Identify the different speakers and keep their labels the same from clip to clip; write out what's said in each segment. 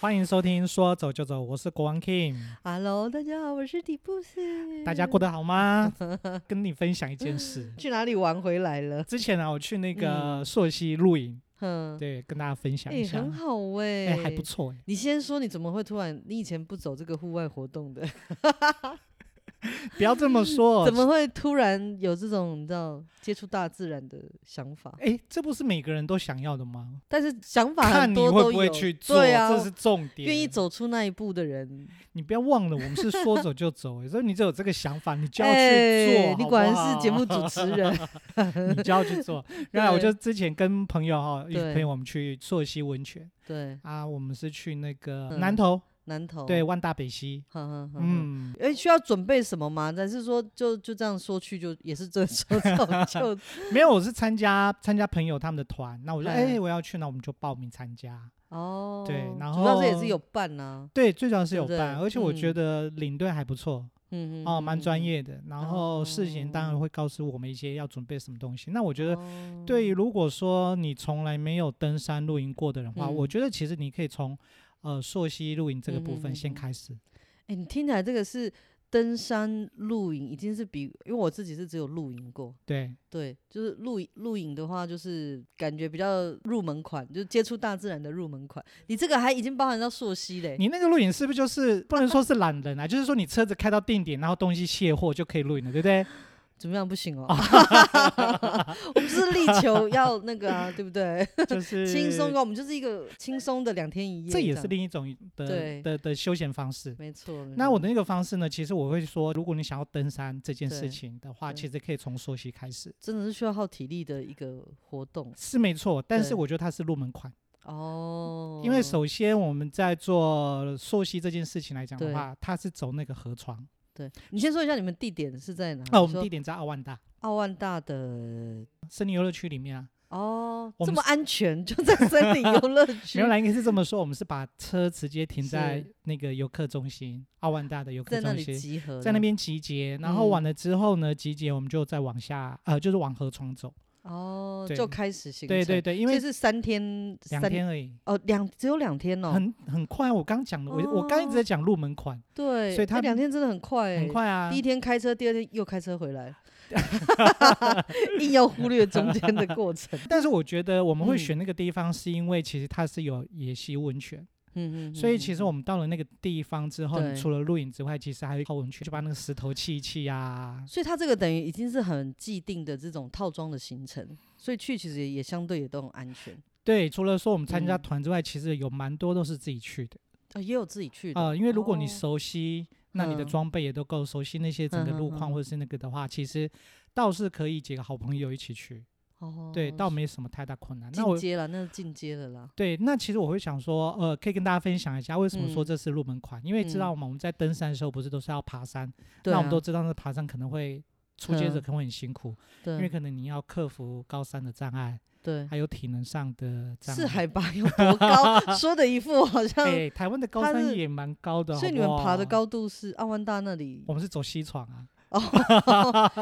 Speaker 1: 欢迎收听《说走就走》，我是国王 Kim，
Speaker 2: Hello，大家好，我是底布斯。
Speaker 1: 大家过得好吗？跟你分享一件事，
Speaker 2: 去哪里玩回来了？
Speaker 1: 之前啊，我去那个朔溪露营，
Speaker 2: 哼，
Speaker 1: 对，跟大家分享
Speaker 2: 哎、
Speaker 1: 一下，
Speaker 2: 嗯很好
Speaker 1: 哎、
Speaker 2: 哎、
Speaker 1: 还不。错哎、
Speaker 2: 你先说，你怎么会突然？你以前不走这个户外活 动的，
Speaker 1: 不要这么说
Speaker 2: 怎，么会突然有这种你知道接触大自然的想法？
Speaker 1: 哎、这不是每个人都想要的吗？
Speaker 2: 但是想法
Speaker 1: 看
Speaker 2: 很
Speaker 1: 你
Speaker 2: 多都有，
Speaker 1: 会不会去做，
Speaker 2: 对啊，
Speaker 1: 这是重点。
Speaker 2: 愿意，走出那一步的人，
Speaker 1: 你不要忘了，我们是说走就走、 哎所以你只有这个想法，你就要去做，
Speaker 2: 哎
Speaker 1: 好不
Speaker 2: 你果然是节目
Speaker 1: 好
Speaker 2: 主持人，
Speaker 1: 你就要去 做。然后我就之前跟朋友哈，一群
Speaker 2: 对
Speaker 1: 朋友我们去朔溪温泉
Speaker 2: 对，
Speaker 1: 啊，我们是去那个
Speaker 2: 嗯
Speaker 1: 南投，
Speaker 2: 南投，
Speaker 1: 对，，万大北溪，
Speaker 2: 哼哼哦哼哼。
Speaker 1: 嗯，
Speaker 2: 哎、需要准备什么吗？还是说就就这样说去就也是这 说走就
Speaker 1: 没有，我是参加参加朋友他们的团，那我就
Speaker 2: 哎
Speaker 1: 哎我要去，那我们就报名参加。
Speaker 2: 哦，
Speaker 1: 然
Speaker 2: 主要是也
Speaker 1: 后
Speaker 2: 是有啊办呐、
Speaker 1: 对，最主要是有
Speaker 2: 对不
Speaker 1: 伴，
Speaker 2: 对
Speaker 1: 而且我觉
Speaker 2: 嗯
Speaker 1: 得领队还不错
Speaker 2: 嗯嗯
Speaker 1: 哦，蛮专，
Speaker 2: 嗯
Speaker 1: 业的。然后事前当然
Speaker 2: 哦
Speaker 1: 会告诉我们一些要准备什么东西。那我觉
Speaker 2: 嗯
Speaker 1: 得，
Speaker 2: 哦
Speaker 1: 对于如果说你从来没有登山露营过的人的话，我
Speaker 2: 嗯
Speaker 1: 觉得其实你可以从呃朔溪露营这个部
Speaker 2: 嗯
Speaker 1: 分
Speaker 2: 嗯
Speaker 1: 先
Speaker 2: 嗯
Speaker 1: 开始。
Speaker 2: 哎、你听起来这个是登山露营，已经是比，因为我自己是只有露营过。
Speaker 1: 对，
Speaker 2: 对，就是露营露营的话，就是感觉比较入门款，就是接触大自然的入门款。你这个还已经包含到溯溪嘞，
Speaker 1: 你那个露营是不是就是不能说是懒人啊？ 就是说你车子开到定点，然后东西卸货就可以露营了，对不对？
Speaker 2: 怎么样 不行哦？我们就是力求要那个啊，对不对？
Speaker 1: 就是
Speaker 2: 轻松啊，我们就是一个轻松的两天一夜样。
Speaker 1: 这也是另一种的
Speaker 2: 对
Speaker 1: 的的休闲方式。
Speaker 2: 没错。没
Speaker 1: 那我的
Speaker 2: 错
Speaker 1: 那个方式呢，其实我会说，如果你想要登山这件事
Speaker 2: 对
Speaker 1: 情的话，
Speaker 2: 对
Speaker 1: 其实可以从溯溪开始，
Speaker 2: 真的是需要耗体力的一个活动。
Speaker 1: 是没错。但是
Speaker 2: 对
Speaker 1: 我觉得它是入门款，
Speaker 2: 哦，
Speaker 1: 因为首先我们在做溯溪这件事情来讲的
Speaker 2: 对
Speaker 1: 话，它是走那个河床。
Speaker 2: 对你先说一下你们地点是在哪？
Speaker 1: 那哦我
Speaker 2: 你
Speaker 1: 们地
Speaker 2: 说
Speaker 1: 点在奥万大
Speaker 2: 奥万大的
Speaker 1: 森林游乐区里面啊，
Speaker 2: 哦，
Speaker 1: 我
Speaker 2: 这
Speaker 1: 们
Speaker 2: 么安全，就在森林游乐区
Speaker 1: 没有，啦，应该是这么说，我们是把车直接停在
Speaker 2: 是
Speaker 1: 那个游客中心，奥万大的游客
Speaker 2: 在那
Speaker 1: 中
Speaker 2: 里
Speaker 1: 心。
Speaker 2: 集合，
Speaker 1: 在那边集结，然后
Speaker 2: 嗯
Speaker 1: 完了之后呢，集结我们就再往下，呃，就是往河床走。
Speaker 2: 哦，
Speaker 1: 对
Speaker 2: 就开始行
Speaker 1: 对对
Speaker 2: 程，
Speaker 1: 对，因为
Speaker 2: 所以是三天，
Speaker 1: 两
Speaker 2: 三
Speaker 1: 天而已，
Speaker 2: 哦，两只有两天哦，
Speaker 1: 很很快。啊我刚讲的，我我刚一直在讲入门款，
Speaker 2: 对，
Speaker 1: 所以它
Speaker 2: 哎两天真的很快，欸
Speaker 1: 很。快啊
Speaker 2: 第一。天开车，第二天又开车 回来， 硬要忽略中间的过程。
Speaker 1: 但是我觉得我们会
Speaker 2: 嗯
Speaker 1: 选那个地方，是因为其实它是有野溪温泉，
Speaker 2: 嗯嗯，
Speaker 1: 所以其
Speaker 2: 嗯
Speaker 1: 实我们到了那个地方之后，你
Speaker 2: 对
Speaker 1: 除了露营之外，其实还有泡温泉，就把那个石头砌一砌啊。
Speaker 2: 所以它这个等于已经是很既定的这种套装的行程，所以去其实也也相对也都很安全，
Speaker 1: 对，除了说我们参加
Speaker 2: 嗯
Speaker 1: 团之外，其实有蛮多都是自己去的
Speaker 2: 呃，也有自己去的，
Speaker 1: 啊、呃因为如果你
Speaker 2: 哦
Speaker 1: 熟悉。那你的
Speaker 2: 嗯
Speaker 1: 装备也都够熟悉，那些整个
Speaker 2: 嗯嗯
Speaker 1: 路况
Speaker 2: 嗯
Speaker 1: 或者是那个的话，其实倒是可以几个好朋友一起去，
Speaker 2: 哦，
Speaker 1: 对，倒没什么太大困难。那
Speaker 2: 进
Speaker 1: 我
Speaker 2: 阶了，那是进阶了啦，
Speaker 1: 对，那其实我会想说，呃，可以跟大家分享一下为什么说
Speaker 2: 嗯
Speaker 1: 这是入门款，因为知道
Speaker 2: 嗯
Speaker 1: 嘛，我们在登山的时候不是都是要爬山，
Speaker 2: 对
Speaker 1: 那
Speaker 2: 啊，
Speaker 1: 我们都知道那爬山可能会初阶者
Speaker 2: 嗯
Speaker 1: 可能会很辛苦，因为
Speaker 2: 对
Speaker 1: 可能你要克服高山的障碍，
Speaker 2: 对，
Speaker 1: 还有体能上的障碍。
Speaker 2: 是海拔有多高？ 说的一副好像，
Speaker 1: 哎、台湾的高
Speaker 2: 它
Speaker 1: 山
Speaker 2: 是
Speaker 1: 也蛮高的，
Speaker 2: 所以
Speaker 1: 好
Speaker 2: 你
Speaker 1: 不
Speaker 2: 们爬的
Speaker 1: 好，
Speaker 2: 高度是阿万大那里
Speaker 1: 我们是走西床啊，
Speaker 2: 哦，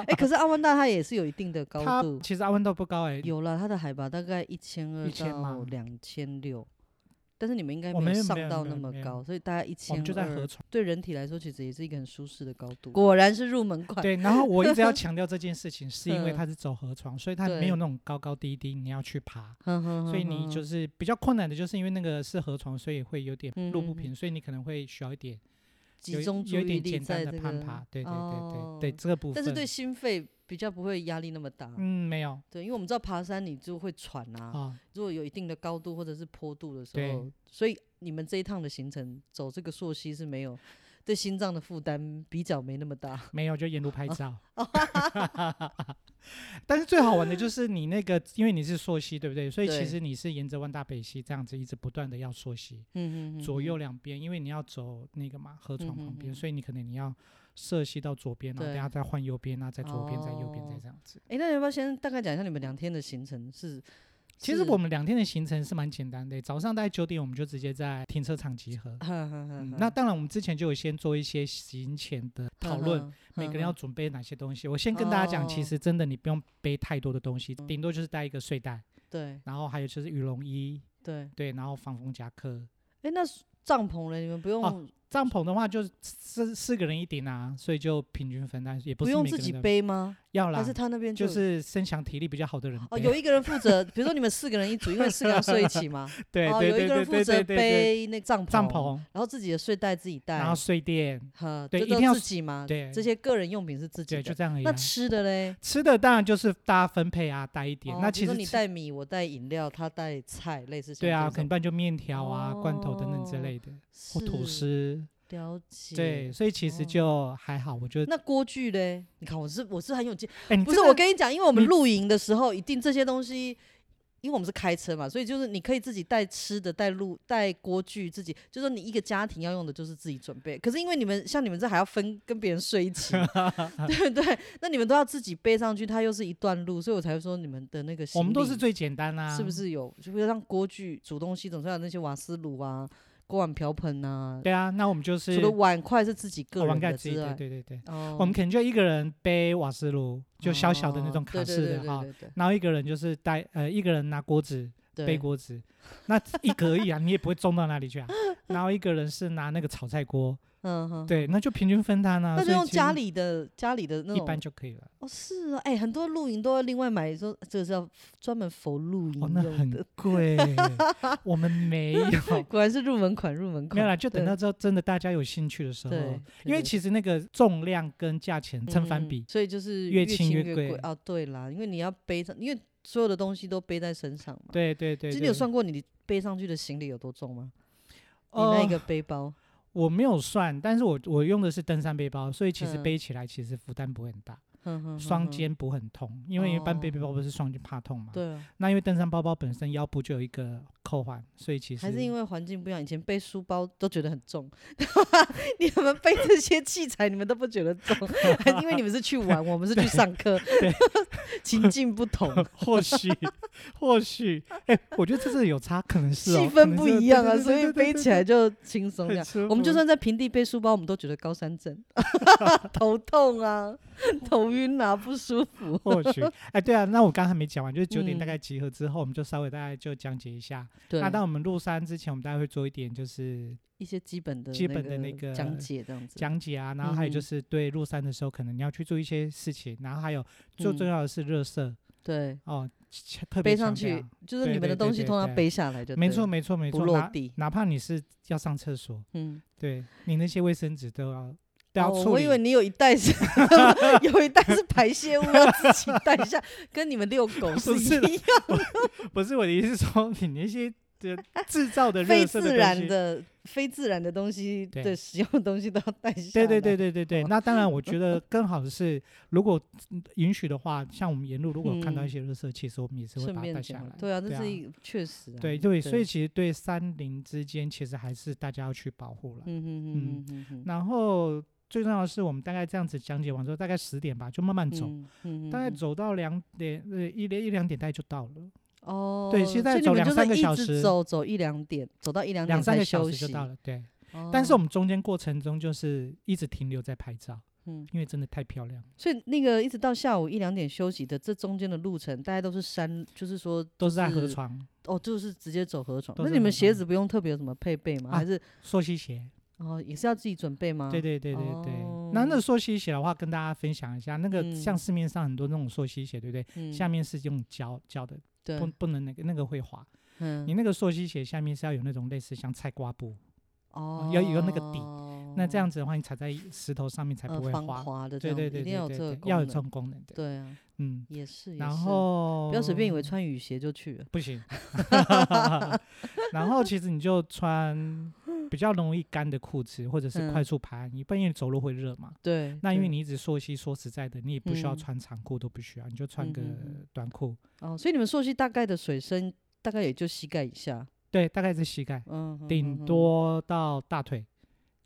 Speaker 2: 哎，可是阿万大它也是有一定的高
Speaker 1: 它
Speaker 2: 度。
Speaker 1: 其实阿温都不高哎、
Speaker 2: 有了，它的海拔大概一千二
Speaker 1: 1000嘛
Speaker 2: 到两千六，但是你们应该
Speaker 1: 我
Speaker 2: 没
Speaker 1: 们
Speaker 2: 有
Speaker 1: 没有没
Speaker 2: 上
Speaker 1: 有
Speaker 2: 到
Speaker 1: 没
Speaker 2: 那
Speaker 1: 有
Speaker 2: 么
Speaker 1: 没有
Speaker 2: 高，所以大概一
Speaker 1: 我
Speaker 2: 千
Speaker 1: 们就在
Speaker 2: 二
Speaker 1: 河床。
Speaker 2: 对人体来说，其实也是一个很舒适的高度。果然是入门款。
Speaker 1: 对，然后我一直 要强调这件事情，是因为
Speaker 2: 嗯
Speaker 1: 它是走河床，所以它没
Speaker 2: 对
Speaker 1: 有那种高高低低，你要去爬。
Speaker 2: 哼嗯哼哼哼，
Speaker 1: 所以你就是比较困难的，就是因为那个是河床，所以会有点路不
Speaker 2: 嗯嗯嗯
Speaker 1: 平，所以你可能会需要一点有
Speaker 2: 集中注
Speaker 1: 有一
Speaker 2: 意
Speaker 1: 点
Speaker 2: 力
Speaker 1: 简单
Speaker 2: 在
Speaker 1: 的
Speaker 2: 这
Speaker 1: 攀
Speaker 2: 个，
Speaker 1: 爬，对对对对对，
Speaker 2: 哦
Speaker 1: 这个部分。
Speaker 2: 但是对心肺比较不会压力那么大。
Speaker 1: 嗯，没有
Speaker 2: 对，因为我们知道爬山你就会喘啊，
Speaker 1: 啊，
Speaker 2: 如果有一定的高度或者是坡度的时
Speaker 1: 对
Speaker 2: 候，所以你们这一趟的行程走这个溯溪是没有对心脏的负担比较没那 么大。
Speaker 1: 没有，就沿路拍
Speaker 2: 哦
Speaker 1: 照。 但是最好玩的就是你那个，因为你是溯溪，对不对？所以其
Speaker 2: 对
Speaker 1: 实你是沿着万大北溪这样子一直不断的要溯溪，
Speaker 2: 嗯嗯，
Speaker 1: 左
Speaker 2: 嗯
Speaker 1: 右两边，因为你要走那个嘛河床
Speaker 2: 嗯
Speaker 1: 旁
Speaker 2: 嗯
Speaker 1: 边，
Speaker 2: 嗯
Speaker 1: 所以你可能你要涉溪到左边，然后等
Speaker 2: 对
Speaker 1: 下再换右边，然后再左边，再右边，再
Speaker 2: 哦
Speaker 1: 这样子。
Speaker 2: 哎、那要不要先大概讲一下你们两天的行程是？
Speaker 1: 其实我
Speaker 2: 是，
Speaker 1: 们两天的行程是蛮简单的，早上大概九点我们就直接在停车场集合。
Speaker 2: 哈哈哈
Speaker 1: 嗯
Speaker 2: 哈
Speaker 1: 那当然，我们之前就有先做一些行前的讨
Speaker 2: 嗯
Speaker 1: 论，，每个人要准备哪些东西。我先跟大家讲，其
Speaker 2: 哦
Speaker 1: 实真的你不用背太多的东西，顶多就是带一个睡袋，
Speaker 2: 对
Speaker 1: 然后还有就是羽绒衣，
Speaker 2: 对。
Speaker 1: 对，然后防风夹克。
Speaker 2: 哎、那帐篷了，你们不用、
Speaker 1: 哦帐篷的话就是四四个人一顶啊，所以就平均分担，也不
Speaker 2: 不
Speaker 1: 是
Speaker 2: 用
Speaker 1: 每个
Speaker 2: 自己
Speaker 1: 人的，
Speaker 2: 背吗？
Speaker 1: 要啦
Speaker 2: 还，是他那边
Speaker 1: 就
Speaker 2: 有
Speaker 1: 是身强体力比较好的人
Speaker 2: 哦，
Speaker 1: 背
Speaker 2: 有一个人负责，比如说你们四个人一组，因为四个人要睡一起嘛，
Speaker 1: 对
Speaker 2: 哦，
Speaker 1: 对
Speaker 2: 有一
Speaker 1: 对
Speaker 2: 个
Speaker 1: 对
Speaker 2: 人负
Speaker 1: 对
Speaker 2: 责
Speaker 1: 对对对，
Speaker 2: 背那帐篷，
Speaker 1: 帐，篷，
Speaker 2: 然后自己的睡袋自己带，
Speaker 1: 然后睡垫，
Speaker 2: 呵，
Speaker 1: 对
Speaker 2: 这
Speaker 1: 一
Speaker 2: 都
Speaker 1: 定要
Speaker 2: 自己嘛，
Speaker 1: 对
Speaker 2: 这些个人用品是自己
Speaker 1: 对，就
Speaker 2: 的。
Speaker 1: 这样而已
Speaker 2: 那
Speaker 1: 啊。
Speaker 2: 吃的嘞？
Speaker 1: 吃的当然就是大家分配啊，带一点。
Speaker 2: 哦
Speaker 1: 那
Speaker 2: 比如
Speaker 1: 其
Speaker 2: 说
Speaker 1: 实
Speaker 2: 你
Speaker 1: 吃
Speaker 2: 带米，我带饮料，他带菜，类似像
Speaker 1: 对啊，
Speaker 2: 这
Speaker 1: 可
Speaker 2: 种
Speaker 1: 能不然就面条啊、罐头等等之
Speaker 2: 哦
Speaker 1: 类的，或
Speaker 2: 是
Speaker 1: 吐司。
Speaker 2: 了解。
Speaker 1: 对，，所以其
Speaker 2: 哦
Speaker 1: 实就还好，我觉得。
Speaker 2: 那锅具嘞？你看我是我是很有经，
Speaker 1: 哎，你
Speaker 2: 不
Speaker 1: 这
Speaker 2: 是
Speaker 1: 个
Speaker 2: 我跟你讲，因为我们
Speaker 1: 你
Speaker 2: 露营的时候，一定这些东西，因为我们是开车嘛，所以就是你可以自己带吃的、带露、带锅具，自己就是说你一个家庭要用的，就是自己准备。可是因为你们像你们这还要分跟别人睡一起， 对不对？那你们都要自己背上去，它又是一段路，所以我才会说你们的那个
Speaker 1: 我们都
Speaker 2: 行
Speaker 1: 是
Speaker 2: 李
Speaker 1: 最简单啊啦，
Speaker 2: 是不？是有，就比如像锅具、煮东西，总是要有那些瓦斯炉啊、锅碗瓢盆啊，
Speaker 1: 对啊，那我们就是
Speaker 2: 除了碗筷是自己个
Speaker 1: 哦
Speaker 2: 人
Speaker 1: 碗盖
Speaker 2: 的
Speaker 1: 自己
Speaker 2: 之
Speaker 1: 对
Speaker 2: 外，
Speaker 1: 对对对，
Speaker 2: 哦
Speaker 1: 我们可能就一个人背瓦斯炉，就小小的那种卡式的
Speaker 2: 啊
Speaker 1: 哈，，然后一个人就是带呃一个人拿锅子
Speaker 2: 背
Speaker 1: 背锅子，那一格一啊，你也不会重到哪里去 啊。然后一个人是拿那个炒菜锅，
Speaker 2: 嗯哼，
Speaker 1: 对，那就平均分摊啊。
Speaker 2: 那就
Speaker 1: 所以
Speaker 2: 用
Speaker 1: 其
Speaker 2: 家
Speaker 1: 实
Speaker 2: 里的家里的那
Speaker 1: 一
Speaker 2: 种
Speaker 1: 般就可以了。
Speaker 2: 哦，是啊，哎、很多露营都会另外买，说这个是要专门否露营
Speaker 1: 哦，那
Speaker 2: 用的，
Speaker 1: 很 贵，我们没有，
Speaker 2: 果然是入门款，入门款。
Speaker 1: 没有啦，就等
Speaker 2: 对
Speaker 1: 到之后真的大家有兴趣的时候
Speaker 2: 对，，
Speaker 1: 因为其实那个重量跟价钱成反比
Speaker 2: 嗯，所以就是
Speaker 1: 越轻
Speaker 2: 轻
Speaker 1: 越
Speaker 2: 越
Speaker 1: 贵
Speaker 2: 啊。对啦，因为你要背上，因为所有的东西都背在身上嘛。
Speaker 1: 对对对对。
Speaker 2: 其实你有算过你背上去的行李有多重吗？你
Speaker 1: 呃
Speaker 2: 那一个背包，
Speaker 1: 我没有算，但是我我用的是登山背包，所以其实
Speaker 2: 嗯
Speaker 1: 背起来其实负担不会很大，
Speaker 2: 哼哼
Speaker 1: 双
Speaker 2: 哼哼
Speaker 1: 肩不会很痛，因为一般背
Speaker 2: 哦
Speaker 1: 背包不是双肩怕痛嘛。
Speaker 2: 对啊，
Speaker 1: 那因为登山包包本身腰部就有一个扣环，所以其实
Speaker 2: 还是因为环境不一样，以前背书包都觉得很重， 你们背这些器材你们都不觉得重，还是因为你们是去玩，我们是去上课， 情境不同，
Speaker 1: 或许或许，哎、我觉得这是有差，可能 是
Speaker 2: 气
Speaker 1: 哦、可
Speaker 2: 氛
Speaker 1: 能
Speaker 2: 不
Speaker 1: 是
Speaker 2: 一样啊，
Speaker 1: 对对
Speaker 2: 所以
Speaker 1: 对对
Speaker 2: 背起来就轻松这
Speaker 1: 很
Speaker 2: 样。
Speaker 1: 舒
Speaker 2: 我们就
Speaker 1: 服
Speaker 2: 算在平地背书包，我们都觉得高山症、 头痛啊、头晕啊、不舒 服。
Speaker 1: 或 许，哎，对啊，那我刚才没讲完，就是九点大
Speaker 2: 嗯
Speaker 1: 概集合之后，我们就稍微大概就讲解一下。
Speaker 2: 对
Speaker 1: 那当我们入山之前，我们大概会做一点就是
Speaker 2: 一些基本的
Speaker 1: 基本的那个
Speaker 2: 讲解这样子。
Speaker 1: 讲解啊，然后还有
Speaker 2: 嗯
Speaker 1: 就
Speaker 2: 嗯
Speaker 1: 是对入山的时候，可能你要去做一些事情，然后还有最
Speaker 2: 嗯
Speaker 1: 重要的是热色、
Speaker 2: 对，
Speaker 1: 哦，切特别
Speaker 2: 背上
Speaker 1: 强调
Speaker 2: 去就是
Speaker 1: 对
Speaker 2: 你们的
Speaker 1: 对对
Speaker 2: 东西
Speaker 1: 对
Speaker 2: 通常
Speaker 1: 对
Speaker 2: 背下来就
Speaker 1: 没
Speaker 2: 对
Speaker 1: 错
Speaker 2: 了，
Speaker 1: 没错没
Speaker 2: 不
Speaker 1: 错，
Speaker 2: 落
Speaker 1: 哪
Speaker 2: 地
Speaker 1: 哪怕你是要上厕所，
Speaker 2: 嗯。
Speaker 1: 对你那些卫生纸都要都要
Speaker 2: 哦，
Speaker 1: 处
Speaker 2: 我
Speaker 1: 理。
Speaker 2: 以为你有一袋是 有一袋是排泄物要自己带一下，跟你们遛狗 是
Speaker 1: 不
Speaker 2: 一
Speaker 1: 是
Speaker 2: 样
Speaker 1: 啦不是我的意思是说，你那些的制造 的热
Speaker 2: 非
Speaker 1: 色
Speaker 2: 自
Speaker 1: 东
Speaker 2: 然
Speaker 1: 西
Speaker 2: 的非自然的东西
Speaker 1: 对
Speaker 2: 对使用的东西都要带下
Speaker 1: 对
Speaker 2: 来。
Speaker 1: 对对对对对，
Speaker 2: 哦
Speaker 1: 那当然，我觉 得更好的是，如果允许的话，像我们沿路如果有看到一
Speaker 2: 嗯
Speaker 1: 些垃圾，其实我们也是会
Speaker 2: 顺
Speaker 1: 把它
Speaker 2: 便
Speaker 1: 带下
Speaker 2: 讲
Speaker 1: 来。
Speaker 2: 对啊，这
Speaker 1: 对
Speaker 2: 是一确实啊。
Speaker 1: 对对，所以
Speaker 2: 对
Speaker 1: 其实对山林之间，其实还是大家要去保护了。
Speaker 2: 嗯哼哼哼哼哼，
Speaker 1: 然后最重要的是，我们大概这样子讲解完之后，大概十点吧，就慢慢走，
Speaker 2: 嗯，嗯
Speaker 1: 大概
Speaker 2: 哼哼
Speaker 1: 走到两点，呃，一两一两点大概就到了，
Speaker 2: 哦，
Speaker 1: 对现在
Speaker 2: 所以你
Speaker 1: 走
Speaker 2: 们
Speaker 1: 两
Speaker 2: 就是
Speaker 1: 三个
Speaker 2: 一
Speaker 1: 小
Speaker 2: 直
Speaker 1: 时
Speaker 2: 走走一两点，走到一两
Speaker 1: 两
Speaker 2: 点
Speaker 1: 三
Speaker 2: 才
Speaker 1: 个小
Speaker 2: 休
Speaker 1: 时就
Speaker 2: 息。
Speaker 1: 到了。对，
Speaker 2: 哦
Speaker 1: 但是我们中间过程中就是一直停留在拍照，
Speaker 2: 嗯，
Speaker 1: 因为真的太漂亮了，
Speaker 2: 所以那个一直到下午一两点休息的这中间的路程，大家都是山，就是说
Speaker 1: 都是在河
Speaker 2: 是
Speaker 1: 床、
Speaker 2: 哦，就是直接走河床。
Speaker 1: 都
Speaker 2: 那
Speaker 1: 是
Speaker 2: 你们
Speaker 1: 河
Speaker 2: 鞋
Speaker 1: 床
Speaker 2: 子不用特别有什么配备吗？
Speaker 1: 啊
Speaker 2: 还是
Speaker 1: 溯溪鞋。
Speaker 2: 哦，也是要自己准备吗？
Speaker 1: 对对对对对。那那
Speaker 2: 嗯哦
Speaker 1: 个溯溪鞋的话，跟大家分享一下，那个像
Speaker 2: 嗯
Speaker 1: 市面上很多那种溯溪鞋，对不对？
Speaker 2: 嗯，
Speaker 1: 下面是用胶胶的，
Speaker 2: 对
Speaker 1: 不，不能那个那个会滑。
Speaker 2: 嗯
Speaker 1: 你那个溯溪鞋下面是要有那种类似像菜瓜布，
Speaker 2: 哦
Speaker 1: 要有那个底那这样
Speaker 2: 子
Speaker 1: 子的话，你踩在石头上面才不会
Speaker 2: 哦呃防
Speaker 1: 滑。
Speaker 2: 滑的这
Speaker 1: 对对
Speaker 2: 样子，
Speaker 1: 对
Speaker 2: 一定要
Speaker 1: 对对，
Speaker 2: 有这个
Speaker 1: 对
Speaker 2: 功
Speaker 1: 要有
Speaker 2: 能。
Speaker 1: 这种功能的。
Speaker 2: 对啊，
Speaker 1: 嗯，
Speaker 2: 也是。也
Speaker 1: 然
Speaker 2: 是
Speaker 1: 后
Speaker 2: 不要随便以为穿雨鞋就去了。
Speaker 1: 不 行。 然后其实你就穿比较容易干的裤子，或者是快
Speaker 2: 嗯
Speaker 1: 速爬，你不然因为你走路会热嘛。
Speaker 2: 对，
Speaker 1: 那因为
Speaker 2: 对
Speaker 1: 你一直溯溪，说实在的，你也不需要
Speaker 2: 嗯
Speaker 1: 穿长裤，都不需要，你就穿
Speaker 2: 嗯
Speaker 1: 个
Speaker 2: 嗯嗯
Speaker 1: 短裤，
Speaker 2: 哦，所以你们溯溪大概的水深大概也就膝盖以下，
Speaker 1: 对，大概是膝盖，
Speaker 2: 嗯，哼哼
Speaker 1: 顶
Speaker 2: 哼
Speaker 1: 多到大腿，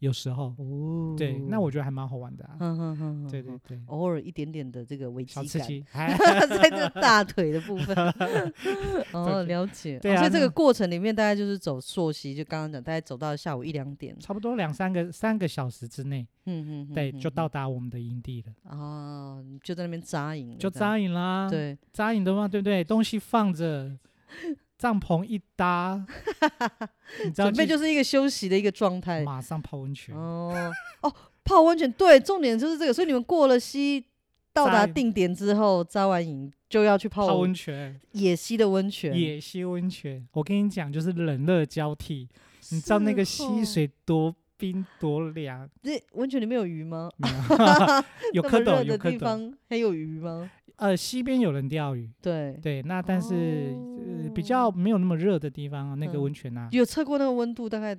Speaker 1: 有时候，
Speaker 2: 哦。嗯
Speaker 1: 对，那我觉得还蛮好玩的啊，
Speaker 2: 哼哼哼哼
Speaker 1: 对
Speaker 2: 哼
Speaker 1: 对对，
Speaker 2: 偶尔一点点的这个危
Speaker 1: 小
Speaker 2: 机
Speaker 1: 刺
Speaker 2: 感，
Speaker 1: 激，哎
Speaker 2: 在这大腿的部 分。哦，了解。
Speaker 1: 对
Speaker 2: 哦所
Speaker 1: 啊
Speaker 2: 以这
Speaker 1: 那
Speaker 2: 个过程里面，大概就是走溯溪，就刚刚讲，大概走到下午一两点。
Speaker 1: 差不多两三个三个小时之内，
Speaker 2: 嗯嗯，
Speaker 1: 对，
Speaker 2: 嗯
Speaker 1: 就
Speaker 2: 嗯
Speaker 1: 到达我们的营地了，
Speaker 2: 哦，你就在那边扎营了，
Speaker 1: 就
Speaker 2: 这样。
Speaker 1: 扎营啦，
Speaker 2: 对，
Speaker 1: 扎营的话，对不对？东西放着，帐篷一搭，你知道
Speaker 2: 准备
Speaker 1: 去
Speaker 2: 就是一个休息的一个状态。
Speaker 1: 马上泡温泉，
Speaker 2: 哦哦，泡温泉，对，重点就是这个。所以你们过了溪，到
Speaker 1: 扎
Speaker 2: 达定点之后，扎完营就要去泡
Speaker 1: 泡温泉，
Speaker 2: 野溪的温泉。
Speaker 1: 野溪温泉。我跟你讲，就是冷热交替，你知道那个
Speaker 2: 是哦
Speaker 1: 溪，水多冰多 凉，
Speaker 2: 这温泉里面有鱼吗？
Speaker 1: 没有有蝌
Speaker 2: 那么热
Speaker 1: 蚪，有
Speaker 2: 的
Speaker 1: 蝌
Speaker 2: 地
Speaker 1: 蚪。
Speaker 2: 方还有鱼吗？
Speaker 1: 呃，西边有人钓鱼，
Speaker 2: 对，
Speaker 1: 对，那但是、呃比较
Speaker 2: 哦
Speaker 1: 没有那么热的地方啊，那个
Speaker 2: 嗯
Speaker 1: 温泉啊，
Speaker 2: 有测过那个温度大概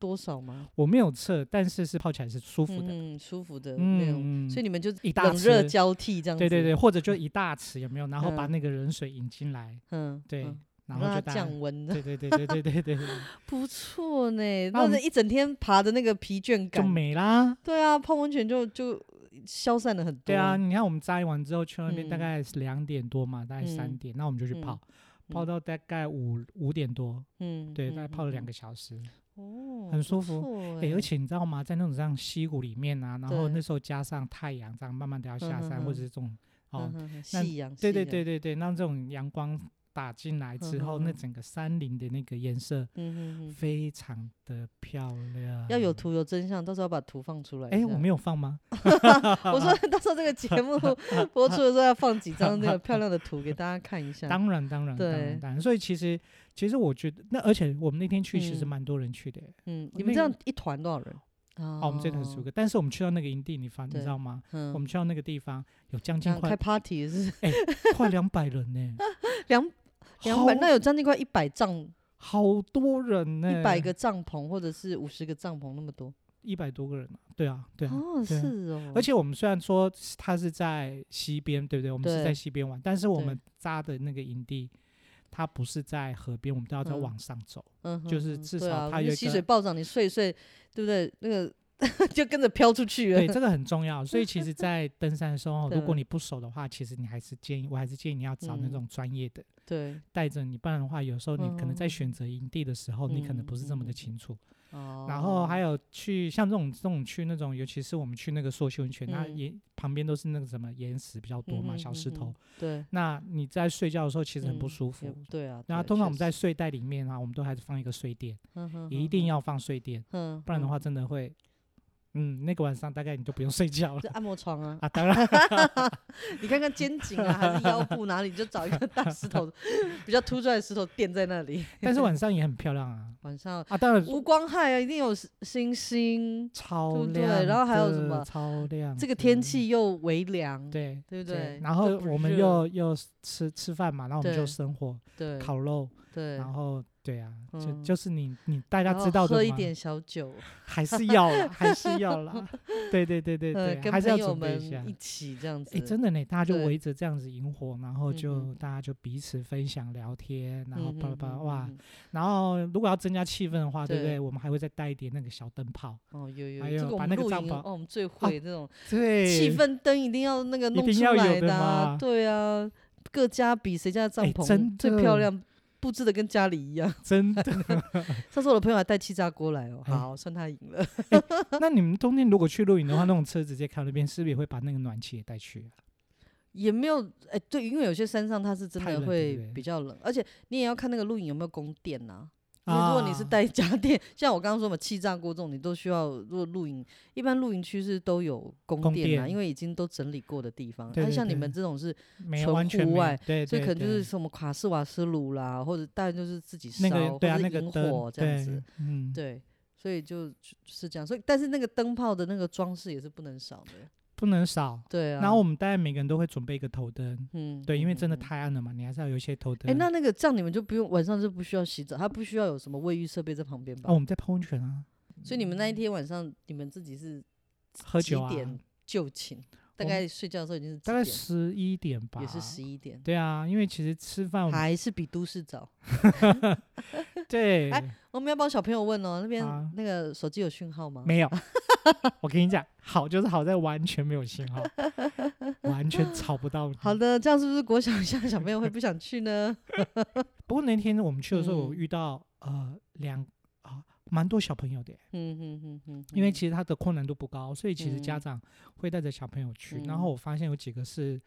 Speaker 2: 多少吗？
Speaker 1: 我没有测，但是是泡起来是舒服的。
Speaker 2: 嗯，嗯舒服的那种。
Speaker 1: 嗯，
Speaker 2: 所以你们就
Speaker 1: 一大
Speaker 2: 冷热
Speaker 1: 池
Speaker 2: 交替这样子。
Speaker 1: 对对对，或者就一大池有没有，然后把
Speaker 2: 嗯
Speaker 1: 那个冷水引进来，
Speaker 2: 嗯，嗯，
Speaker 1: 对，然后
Speaker 2: 让
Speaker 1: 就
Speaker 2: 它
Speaker 1: 大家。
Speaker 2: 降温的，
Speaker 1: 对对对对对对对，
Speaker 2: 不错呢。
Speaker 1: 那我
Speaker 2: 那
Speaker 1: 们
Speaker 2: 一整天爬的那个疲倦
Speaker 1: 就
Speaker 2: 感，
Speaker 1: 没啦。
Speaker 2: 对啊，泡温泉就就消散了很多。
Speaker 1: 对啊，，你看我们摘完之后去那边大
Speaker 2: 嗯
Speaker 1: 概是两点多嘛，大概三
Speaker 2: 嗯
Speaker 1: 点，那我们就去
Speaker 2: 嗯
Speaker 1: 泡，泡
Speaker 2: 嗯
Speaker 1: 到大概五五点多，
Speaker 2: 嗯，
Speaker 1: 对，
Speaker 2: 嗯
Speaker 1: 大概泡了两，个
Speaker 2: 嗯
Speaker 1: 小时。
Speaker 2: 嗯哦，
Speaker 1: 很
Speaker 2: 不
Speaker 1: 舒服
Speaker 2: 错
Speaker 1: 哎，
Speaker 2: 欸
Speaker 1: 而且你知道吗，在那种像溪谷里面啊，然后
Speaker 2: 对
Speaker 1: 那时候加上太阳这样慢慢的要
Speaker 2: 嗯
Speaker 1: 下
Speaker 2: 哼
Speaker 1: 山，或者
Speaker 2: 哼
Speaker 1: 是这种哦
Speaker 2: 嗯，哼哼
Speaker 1: 那
Speaker 2: 夕阳，
Speaker 1: 对
Speaker 2: 夕
Speaker 1: 对
Speaker 2: 阳，
Speaker 1: 对对对，让这种阳光打进来之
Speaker 2: 嗯
Speaker 1: 后，那
Speaker 2: 哼
Speaker 1: 整个山林的那个颜色
Speaker 2: 嗯嗯嗯，
Speaker 1: 非常的漂亮。
Speaker 2: 要有图有真相，到时候要把图放出来。
Speaker 1: 嗯哎，
Speaker 2: 这
Speaker 1: 我
Speaker 2: 样
Speaker 1: 没有放吗？
Speaker 2: 我说 到时候这个节 目播出的时候要放几张那个漂亮的图给大家看一 下。
Speaker 1: 当然，当然，当然，
Speaker 2: 对
Speaker 1: 当然。所以其实，其实我觉得，那而且我们那天去其实
Speaker 2: 嗯
Speaker 1: 蛮多人去的。
Speaker 2: 嗯，你
Speaker 1: 哦那
Speaker 2: 们这样
Speaker 1: 个
Speaker 2: 一团多少人？啊
Speaker 1: 哦，我们这团十五，个，但是我们去到那个营地，你发你知
Speaker 2: 对
Speaker 1: 道吗？
Speaker 2: 嗯
Speaker 1: 我们去到那个地方有将
Speaker 2: 这
Speaker 1: 近
Speaker 2: 样开
Speaker 1: 快
Speaker 2: party 也 是
Speaker 1: 快两百人呢，
Speaker 2: 两两百，
Speaker 1: 好
Speaker 2: 那有将近快一百帐
Speaker 1: 好多人呢，
Speaker 2: 一百个帐篷，或者是五十个帐篷那么多。
Speaker 1: 一百多个人啊，对啊，对啊。
Speaker 2: 哦，
Speaker 1: 对啊
Speaker 2: 是哦，
Speaker 1: 而且我们虽然说是它是在西边，对不对？我们是在
Speaker 2: 对
Speaker 1: 西边玩，但是我
Speaker 2: 对
Speaker 1: 们扎的那个营地，它不是在河边，我们都要再
Speaker 2: 嗯
Speaker 1: 往上走。
Speaker 2: 嗯哼
Speaker 1: 就是
Speaker 2: 哼
Speaker 1: 至
Speaker 2: 对
Speaker 1: 少
Speaker 2: 啊
Speaker 1: 它
Speaker 2: 你
Speaker 1: 有一
Speaker 2: 溪
Speaker 1: 个
Speaker 2: 水暴涨，你睡一睡，对不对？那个 就跟着飘出 去
Speaker 1: 对，
Speaker 2: 了。
Speaker 1: 这个很重要。所以其实，在 登山的时候，如果
Speaker 2: 对
Speaker 1: 你不熟的话，其实你还是建议，我还是建议你要找那
Speaker 2: 嗯
Speaker 1: 种专业的
Speaker 2: 对，
Speaker 1: 带着你，不然的话，有时候你可能在
Speaker 2: 嗯
Speaker 1: 选择营地的时候，你可能不是这么的
Speaker 2: 嗯
Speaker 1: 清楚。
Speaker 2: 哦。
Speaker 1: 然后还有去像这种这种去那种，尤其是我们去那个朔溪温泉，那
Speaker 2: 嗯
Speaker 1: 岩旁边都是那个什么岩石比较多嘛，
Speaker 2: 嗯哼
Speaker 1: 小石
Speaker 2: 嗯哼
Speaker 1: 头。
Speaker 2: 对，
Speaker 1: 那你在睡觉的时候其实很不
Speaker 2: 嗯
Speaker 1: 舒
Speaker 2: 也
Speaker 1: 服。
Speaker 2: 对啊。
Speaker 1: 然后
Speaker 2: 对
Speaker 1: 通常我们
Speaker 2: 确
Speaker 1: 在
Speaker 2: 实
Speaker 1: 睡袋里面啊，我们都还是放一个睡垫，
Speaker 2: 哼哼
Speaker 1: 也
Speaker 2: 哼
Speaker 1: 一定
Speaker 2: 哼
Speaker 1: 要放睡垫，
Speaker 2: 嗯，
Speaker 1: 不然的
Speaker 2: 嗯
Speaker 1: 话真的会，嗯，那个晚上大概你就不用睡 觉了
Speaker 2: 这按摩床啊，
Speaker 1: 啊。当然，
Speaker 2: 你看看肩颈啊，还是腰部哪里，你就找一个大石头，比较凸出来的石头垫在那里。
Speaker 1: 但是晚上也很漂亮啊
Speaker 2: 晚上
Speaker 1: 啊，当然
Speaker 2: 无光害啊，一定有星星，
Speaker 1: 超
Speaker 2: 对不对
Speaker 1: 亮的，
Speaker 2: 然后还有什么
Speaker 1: 超亮的，
Speaker 2: 这个天气又微凉，
Speaker 1: 嗯对。
Speaker 2: 对不对？
Speaker 1: 然后
Speaker 2: 又不
Speaker 1: 我们
Speaker 2: 热
Speaker 1: 又又吃吃饭嘛，然后我们就
Speaker 2: 对
Speaker 1: 生火
Speaker 2: 对
Speaker 1: 烤肉，
Speaker 2: 对，
Speaker 1: 然后对啊，就
Speaker 2: 嗯
Speaker 1: 就是你你大家
Speaker 2: 然后
Speaker 1: 知道的
Speaker 2: 喝一
Speaker 1: 嘛
Speaker 2: 点小酒，
Speaker 1: 还是要啦，还是要 啦，对对对对
Speaker 2: 呃，
Speaker 1: 对，
Speaker 2: 跟
Speaker 1: 还是要
Speaker 2: 朋友
Speaker 1: 准备
Speaker 2: 们
Speaker 1: 一下。
Speaker 2: 一起这样子，
Speaker 1: 哎，真的呢，大家就
Speaker 2: 对
Speaker 1: 围着这样子萤火，然后就
Speaker 2: 嗯
Speaker 1: 大家就彼此分享聊天，然后
Speaker 2: 嗯
Speaker 1: 巴拉
Speaker 2: 哼
Speaker 1: 巴拉
Speaker 2: 哼
Speaker 1: 哇
Speaker 2: 哼，哼
Speaker 1: 然后如果要增加气氛的话，对不
Speaker 2: 对
Speaker 1: 对？我们还会再带一点那个小灯泡，
Speaker 2: 哦，有有，
Speaker 1: 还
Speaker 2: 有
Speaker 1: 有
Speaker 2: 这个我
Speaker 1: 哎把
Speaker 2: 们
Speaker 1: 那个
Speaker 2: 露
Speaker 1: 帐
Speaker 2: 营
Speaker 1: 篷
Speaker 2: 哦，我们最会这种
Speaker 1: 对，
Speaker 2: 气氛灯一定要那个
Speaker 1: 一
Speaker 2: 弄
Speaker 1: 定
Speaker 2: 出
Speaker 1: 要有
Speaker 2: 来
Speaker 1: 的
Speaker 2: 啊
Speaker 1: 嘛，
Speaker 2: 对啊，各家比谁家的帐
Speaker 1: 哎真
Speaker 2: 篷最漂
Speaker 1: 的
Speaker 2: 亮，布置的跟家里一样。
Speaker 1: 真的。
Speaker 2: 上次我的朋友还带气炸锅来哦，
Speaker 1: 哎
Speaker 2: 好，算他赢了。
Speaker 1: 那你们冬天如果去露营的话，那种车直接开那边，是不是也会把那个暖气也带去啊？
Speaker 2: 也没有，哎、对，因为有些山上它是真
Speaker 1: 太冷
Speaker 2: 的
Speaker 1: 对
Speaker 2: 会
Speaker 1: 不对
Speaker 2: 比较冷，而且你也要看那个露营有没有供电呐、
Speaker 1: 啊
Speaker 2: 因为如果你是带家电，像我刚刚说嘛，气炸锅这种你都需要。如果露营，一般露营区是都有供
Speaker 1: 供
Speaker 2: 电啊，
Speaker 1: 电
Speaker 2: 因为已经都整理过的地方。
Speaker 1: 对
Speaker 2: 但
Speaker 1: 对
Speaker 2: 像你
Speaker 1: 对
Speaker 2: 们这种是，
Speaker 1: 没
Speaker 2: 纯
Speaker 1: 完全
Speaker 2: 户
Speaker 1: 没有
Speaker 2: 外
Speaker 1: 对，
Speaker 2: 所以
Speaker 1: 对
Speaker 2: 可能就是
Speaker 1: 对
Speaker 2: 什么卡式瓦斯炉啦，或者大概就是自己烧，
Speaker 1: 那个对啊，
Speaker 2: 或
Speaker 1: 那
Speaker 2: 者
Speaker 1: 个
Speaker 2: 引
Speaker 1: 灯
Speaker 2: 火这样
Speaker 1: 对
Speaker 2: 子。，
Speaker 1: 嗯，
Speaker 2: 对，所以就就是这样。所以但是那个灯泡的那个装饰也是不能少的。
Speaker 1: 不能少。
Speaker 2: 对啊。
Speaker 1: 然后我们大概每个人都会准备一个头灯，
Speaker 2: 嗯，
Speaker 1: 对，因为真的
Speaker 2: 嗯嗯
Speaker 1: 太暗了嘛，你还是要有一些头
Speaker 2: 哎、
Speaker 1: 灯。
Speaker 2: 那那个这样你们就不用晚上就不需要洗澡，它不需要有什么卫浴设备在旁边吧？
Speaker 1: 啊，我们在泡温泉啊，
Speaker 2: 所以你们那一天晚上你们自己是
Speaker 1: 喝
Speaker 2: 几
Speaker 1: 酒啊，
Speaker 2: 点就寝？
Speaker 1: 我
Speaker 2: 大
Speaker 1: 们
Speaker 2: 概睡觉的时候已经是
Speaker 1: 大概
Speaker 2: 几点
Speaker 1: 十一点吧，
Speaker 2: 也是十。一点，
Speaker 1: 对啊，因为其实吃饭我们
Speaker 2: 还是比都市早。
Speaker 1: 对
Speaker 2: 哎我们要帮小朋友问哦，那边
Speaker 1: 啊
Speaker 2: 那个手机有讯号吗？
Speaker 1: 没有，我跟你讲，好就是好在完全没有信 号，完全吵不到你。
Speaker 2: 好的，这样是不是国小以下的小朋友会不想 去呢？
Speaker 1: 不过那天我们去的时候，我
Speaker 2: 嗯
Speaker 1: 遇到呃两啊蛮多小朋友的耶，
Speaker 2: 嗯嗯嗯嗯，
Speaker 1: 因为
Speaker 2: 实
Speaker 1: 其实它的困难度不高，所以其实家
Speaker 2: 嗯
Speaker 1: 长会带着小朋友去。然
Speaker 2: 嗯
Speaker 1: 后我发现有几个是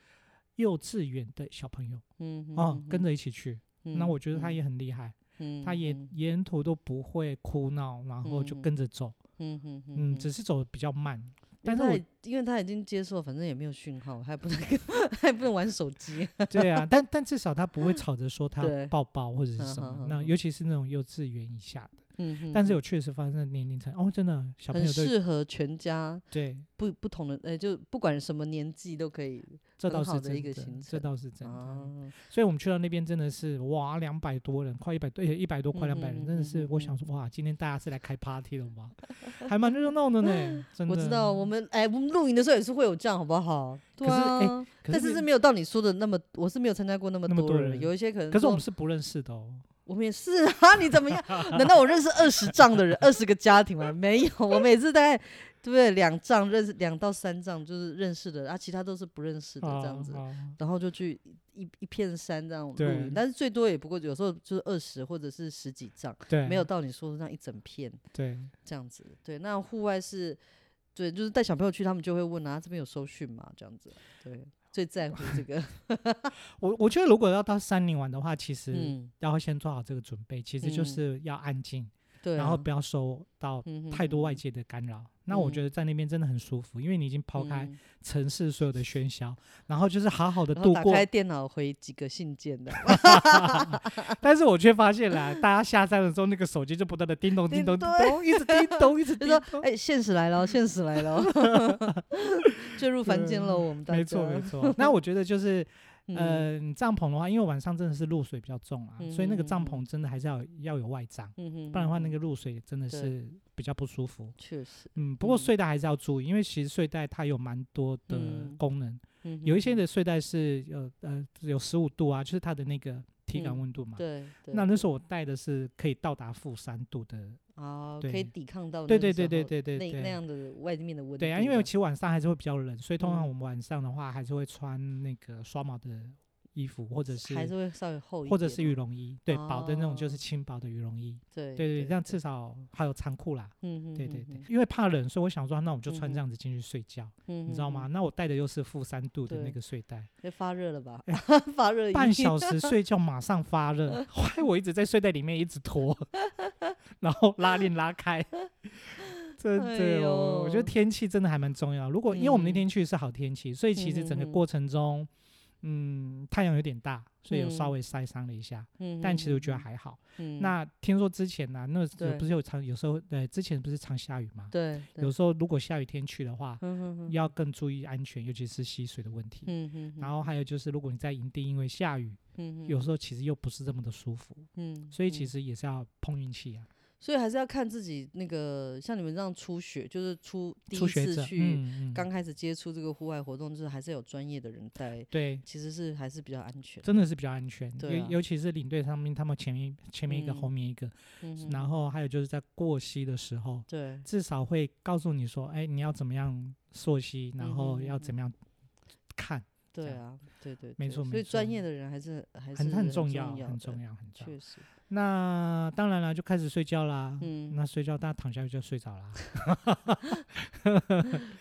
Speaker 1: 幼稚园的小朋友
Speaker 2: 嗯
Speaker 1: 哦，跟
Speaker 2: 着
Speaker 1: 着一起去，那我觉得他也很厉害，
Speaker 2: 嗯
Speaker 1: 他也
Speaker 2: 嗯
Speaker 1: 沿途都不会哭闹，然后就
Speaker 2: 嗯
Speaker 1: 跟着走，
Speaker 2: 嗯嗯
Speaker 1: 嗯，只是走得比较慢。但
Speaker 2: 因
Speaker 1: 是
Speaker 2: 为他
Speaker 1: 我
Speaker 2: 也因为他已经接受了，反正也没有讯号，还不能 还不能玩手机。
Speaker 1: 对啊，但但至少他不会吵着说他
Speaker 2: 对
Speaker 1: 抱抱或者是什
Speaker 2: 嗯
Speaker 1: 么
Speaker 2: 哼，
Speaker 1: 那
Speaker 2: 哼
Speaker 1: 尤其是那种幼稚园以下的。
Speaker 2: 嗯
Speaker 1: 但是
Speaker 2: 有
Speaker 1: 有确实发生年龄层哦，真的小朋
Speaker 2: 很
Speaker 1: 友对
Speaker 2: 适合全家
Speaker 1: 对，
Speaker 2: 不不同的，呃，就不管什么年纪都可以。
Speaker 1: 这
Speaker 2: 很
Speaker 1: 倒是
Speaker 2: 好的
Speaker 1: 真
Speaker 2: 一个行
Speaker 1: 这
Speaker 2: 程
Speaker 1: 倒是真的。
Speaker 2: 啊，
Speaker 1: 所以我们去到那边真的是哇，两百多人，快一百多，哎一百多，快
Speaker 2: 嗯
Speaker 1: 两百人，
Speaker 2: 嗯
Speaker 1: 真的
Speaker 2: 嗯
Speaker 1: 是
Speaker 2: 嗯
Speaker 1: 我想
Speaker 2: 嗯
Speaker 1: 说哇，今天大家是来开 party 了吗？还蛮热闹的 呢，真的。
Speaker 2: 我知道，我们哎，我们露营的时候也是会有这样，好不好？对
Speaker 1: 可是哎
Speaker 2: 啊，
Speaker 1: 可
Speaker 2: 但是
Speaker 1: 那
Speaker 2: 是没有到你说的那么，我是没有参加过那么
Speaker 1: 那么多人
Speaker 2: 人，有一些可能
Speaker 1: 可是我
Speaker 2: 说
Speaker 1: 们是不认识的哦。
Speaker 2: 我们也是 啊，你怎么样？难道我认识二十丈的人，二十个家庭吗？没有，我每次大概对不对两丈认识两到三丈就是认识的，啊，其他都是不认识的这样子，
Speaker 1: 啊
Speaker 2: 然后就去一一片山这样露
Speaker 1: 对
Speaker 2: 营，但是最多也不过有时候就是二十或者是十几丈，
Speaker 1: 对，
Speaker 2: 没有到你说的那一整片
Speaker 1: 对，
Speaker 2: 这样子。对，那户外是，对，就是带小朋友去，他们就会问啊，这边有收讯吗？这样子，对，最在乎 这个，
Speaker 1: 我我觉得如果要到山林玩的话，其实
Speaker 2: 嗯，
Speaker 1: 要先做好这个准备，其实就
Speaker 2: 嗯
Speaker 1: 是要安静，
Speaker 2: 对啊、
Speaker 1: 然后不要受到
Speaker 2: 嗯哼
Speaker 1: 太多外
Speaker 2: 嗯
Speaker 1: 界的干扰。那我觉
Speaker 2: 嗯
Speaker 1: 得在那边真的很舒服，因为你已经抛开
Speaker 2: 嗯
Speaker 1: 城市所有的喧嚣，然后就是好好的
Speaker 2: 然后
Speaker 1: 度
Speaker 2: 打
Speaker 1: 过。
Speaker 2: 开电脑回几个信件 的，
Speaker 1: 但是我却发现啦，大家下山的时候，那个手机就不断的叮咚叮
Speaker 2: 叮
Speaker 1: 咚叮
Speaker 2: 对
Speaker 1: 咚，一直叮咚，一直
Speaker 2: 就
Speaker 1: 叮
Speaker 2: 说
Speaker 1: 咚：“。
Speaker 2: 哎、现实来了，现实 来了，坠入凡间了，我们大家。”
Speaker 1: 没错没错。那我觉得就是，
Speaker 2: 嗯，
Speaker 1: 呃，帐篷的话，因为晚上真的是露水比较重啊，所以那个帐
Speaker 2: 嗯
Speaker 1: 篷真的还是要有要有外帐，
Speaker 2: 嗯哼，
Speaker 1: 不然的话那
Speaker 2: 嗯
Speaker 1: 个露水真的
Speaker 2: 对
Speaker 1: 是比较不舒服。
Speaker 2: 确实，
Speaker 1: 嗯，不过
Speaker 2: 嗯
Speaker 1: 睡袋还是要注意，因为其实睡袋它有蛮多的
Speaker 2: 嗯
Speaker 1: 功能，
Speaker 2: 嗯
Speaker 1: 有一些
Speaker 2: 哼
Speaker 1: 的睡袋是有呃有十五度啊，就是它的那个体感
Speaker 2: 嗯
Speaker 1: 温度嘛。
Speaker 2: 对对，
Speaker 1: 那那时候我带的是可以到达负三度的，
Speaker 2: 啊，可以
Speaker 1: 对
Speaker 2: 抵抗到
Speaker 1: 对
Speaker 2: 那个
Speaker 1: 对对
Speaker 2: 时
Speaker 1: 对
Speaker 2: 候
Speaker 1: 对对
Speaker 2: 那那
Speaker 1: 对，
Speaker 2: 样的外面的温度这
Speaker 1: 对
Speaker 2: 样。
Speaker 1: 啊，因为其实晚上还是会比较冷，所以通常
Speaker 2: 嗯
Speaker 1: 我们晚上的话还是会穿那个刷毛的衣服，或者是
Speaker 2: 还是会稍微厚一点嘛，
Speaker 1: 或者是羽绒衣，对，薄的那种就是
Speaker 2: 哦
Speaker 1: 轻薄的羽绒衣，对
Speaker 2: 对
Speaker 1: 对，
Speaker 2: 对，
Speaker 1: 这样至少还有长裤啦，
Speaker 2: 嗯嗯，
Speaker 1: 对对
Speaker 2: 嗯
Speaker 1: 对，，因为怕冷，所以我想说那我就穿
Speaker 2: 嗯
Speaker 1: 这样子进去睡觉，
Speaker 2: 嗯
Speaker 1: 你知道吗？？那我带的又是负三度的那
Speaker 2: 对
Speaker 1: 个睡袋，
Speaker 2: 要发热了吧？发热
Speaker 1: 哎半
Speaker 2: 衣
Speaker 1: 小 时睡觉马上发
Speaker 2: 呃
Speaker 1: 热，害我一直在睡袋里面一直 拖，然后拉链拉开。真
Speaker 2: 哎
Speaker 1: 的哦，我觉得
Speaker 2: 呦
Speaker 1: 天气真的还蛮重要。如果因为我们那
Speaker 2: 嗯
Speaker 1: 天去是好天气，所以其实整个
Speaker 2: 嗯嗯嗯
Speaker 1: 过程中，嗯，太阳有点大，所以有稍
Speaker 2: 嗯
Speaker 1: 微晒伤了一下，
Speaker 2: 嗯
Speaker 1: 但其实我觉得
Speaker 2: 嗯
Speaker 1: 还好。
Speaker 2: 嗯嗯
Speaker 1: 那听说之前呢、啊那有
Speaker 2: 对
Speaker 1: 不是有常有时候呃，之前不是常下雨吗？
Speaker 2: 对，对
Speaker 1: 有时候如果下雨天去的话，
Speaker 2: 嗯哼哼
Speaker 1: 要更注意安全，尤其是吸水的问题。
Speaker 2: 嗯哼哼，
Speaker 1: 然后还有就是，如果你在营地因为下雨，
Speaker 2: 嗯
Speaker 1: 有
Speaker 2: 哼
Speaker 1: 时候其实又不是这么的舒服，
Speaker 2: 嗯，
Speaker 1: 所以其
Speaker 2: 嗯
Speaker 1: 实也是要碰运气啊，
Speaker 2: 所以还是要看自己那个，像你们这样初学，就是初第
Speaker 1: 初
Speaker 2: 一
Speaker 1: 学
Speaker 2: 次
Speaker 1: 者，
Speaker 2: 去，
Speaker 1: 嗯嗯，
Speaker 2: 刚开始接触这个户外活动，就是还是有专业的人带，
Speaker 1: 对，
Speaker 2: 其实是还是比较安全。
Speaker 1: 真的是比较安全，
Speaker 2: 对
Speaker 1: 尤
Speaker 2: 啊
Speaker 1: 尤其是领队上面，他们前面前面一个，后
Speaker 2: 嗯
Speaker 1: 面一个，
Speaker 2: 嗯哼
Speaker 1: 然
Speaker 2: 哼
Speaker 1: 后还有就是在过膝的时候，
Speaker 2: 对，
Speaker 1: 至少会告诉你说，哎，你要怎么样溯溪，然
Speaker 2: 嗯
Speaker 1: 后
Speaker 2: 哼
Speaker 1: 要
Speaker 2: 嗯
Speaker 1: 怎么样看，
Speaker 2: 对
Speaker 1: 样
Speaker 2: 啊，对对，
Speaker 1: 没
Speaker 2: 对
Speaker 1: 错没
Speaker 2: 所以专
Speaker 1: 错
Speaker 2: 业的人还是还是
Speaker 1: 很很重
Speaker 2: 要，
Speaker 1: 很重
Speaker 2: 要，
Speaker 1: 要，很重要
Speaker 2: 确。实，
Speaker 1: 那当然了，就开始睡觉啦。
Speaker 2: 嗯
Speaker 1: 那睡觉，大家躺下去就睡着 啦，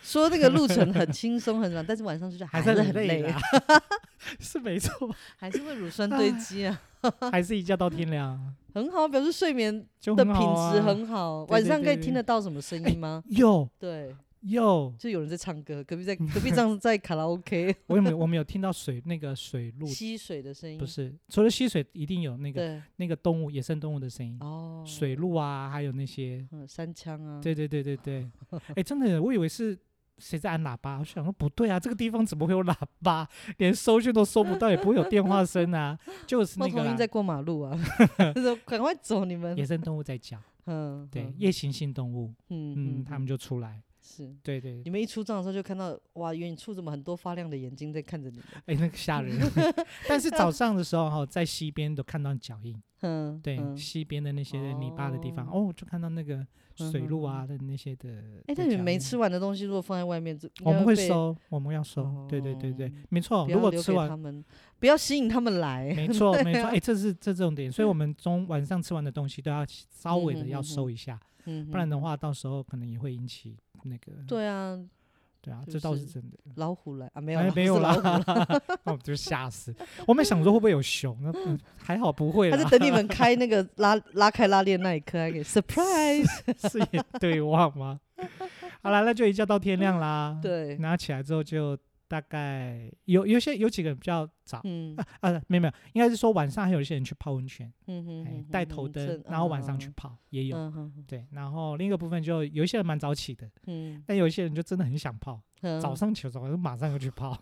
Speaker 2: 说这个路 程很轻松很软，但是晚上就是还
Speaker 1: 是
Speaker 2: 是很
Speaker 1: 累
Speaker 2: 累，啊
Speaker 1: 啦， 是没错，
Speaker 2: 还是会乳酸堆积啊，
Speaker 1: 还是一觉到天亮，
Speaker 2: 很好，啊表示睡眠
Speaker 1: 就
Speaker 2: 的
Speaker 1: 很
Speaker 2: 品
Speaker 1: 好啊。
Speaker 2: 质很好，
Speaker 1: 对
Speaker 2: 晚
Speaker 1: 对
Speaker 2: 上可以
Speaker 1: 对
Speaker 2: 听得到什么声
Speaker 1: 哎
Speaker 2: 音吗？
Speaker 1: 有
Speaker 2: 对，
Speaker 1: 有，
Speaker 2: 就有人在唱歌，隔壁 在隔壁这样在卡拉 OK
Speaker 1: 我有没有我们有听到水那个水 路
Speaker 2: 吸水的声音，
Speaker 1: 不是，除了溪水，一定有那个
Speaker 2: 对
Speaker 1: 那个动物野生动物的声音，
Speaker 2: 哦，
Speaker 1: 水路啊，还有那些，
Speaker 2: 嗯山枪啊，
Speaker 1: 对对对对对， 哎，真的，我以为是。谁在按喇叭？我想说不对啊，这个地方怎么会有喇叭？ 连收讯都收不到，也不会有电话声啊， 就是
Speaker 2: 猫
Speaker 1: 那个
Speaker 2: 头鹰
Speaker 1: 啦
Speaker 2: 在过 马路啊， 就说赶快走你们
Speaker 1: 野，生动物在叫。
Speaker 2: 嗯，
Speaker 1: 对
Speaker 2: 嗯，
Speaker 1: 夜行性动物，
Speaker 2: 嗯
Speaker 1: 嗯，他们就出来。
Speaker 2: 是。
Speaker 1: 对对
Speaker 2: 你，们一出帐的时候就看到哇，远处怎么很多发亮的眼睛在看着你们？
Speaker 1: 哎，那个吓 人。但是早上的时候哈，在溪边都看到脚印，
Speaker 2: 嗯，
Speaker 1: 对，
Speaker 2: 嗯
Speaker 1: 溪边的那些泥巴的地方，哦，就看到那个水路啊的那些的。
Speaker 2: 嗯
Speaker 1: 的
Speaker 2: 哎，但你
Speaker 1: 脚
Speaker 2: 们没
Speaker 1: 印
Speaker 2: 吃，完的东西，如果放在外面，这应
Speaker 1: 我
Speaker 2: 该
Speaker 1: 们会
Speaker 2: 被，
Speaker 1: 收，我们要收。对对对对
Speaker 2: 哦，
Speaker 1: 没错。如
Speaker 2: 不要
Speaker 1: 果
Speaker 2: 留
Speaker 1: 吃
Speaker 2: 给他
Speaker 1: 完，
Speaker 2: 们，不要吸引他们来。
Speaker 1: 没错 没错，哎，这是这重点。所以我们中晚上吃完的东西都要稍微
Speaker 2: 嗯
Speaker 1: 的
Speaker 2: 哼
Speaker 1: 要
Speaker 2: 嗯哼
Speaker 1: 收一下，
Speaker 2: 嗯，
Speaker 1: 不然的，话，到时候可能也会引起那个
Speaker 2: 对啊，
Speaker 1: 对啊，
Speaker 2: 就
Speaker 1: 这倒是
Speaker 2: 是
Speaker 1: 真的。
Speaker 2: 老虎来啊，没有
Speaker 1: 哎
Speaker 2: 啦，
Speaker 1: 没有
Speaker 2: 不是
Speaker 1: 啦
Speaker 2: 老虎 啦，，
Speaker 1: 那我们就吓死。我们想说会不会有熊，那不还好不会
Speaker 2: 他在
Speaker 1: 啦，
Speaker 2: 等你们开那个拉拉开拉链那一刻，还 给 surprise。
Speaker 1: 是也对望 吗？好啦，那就一觉到天亮啦。，
Speaker 2: 对，
Speaker 1: 拿起来之后就大概有有些有几个人比较早。
Speaker 2: 嗯
Speaker 1: 啊啊，没有没有，应该是说晚上还有一些人去泡温泉，
Speaker 2: 嗯
Speaker 1: 哎
Speaker 2: 哼，
Speaker 1: 带头灯，然后晚上去泡也有。
Speaker 2: 嗯哼
Speaker 1: 对，然后另一个部分就有一些人蛮早起的，
Speaker 2: 嗯
Speaker 1: 但有一些人就真的很想泡，
Speaker 2: 哼，
Speaker 1: 早上起床就马上就去 泡。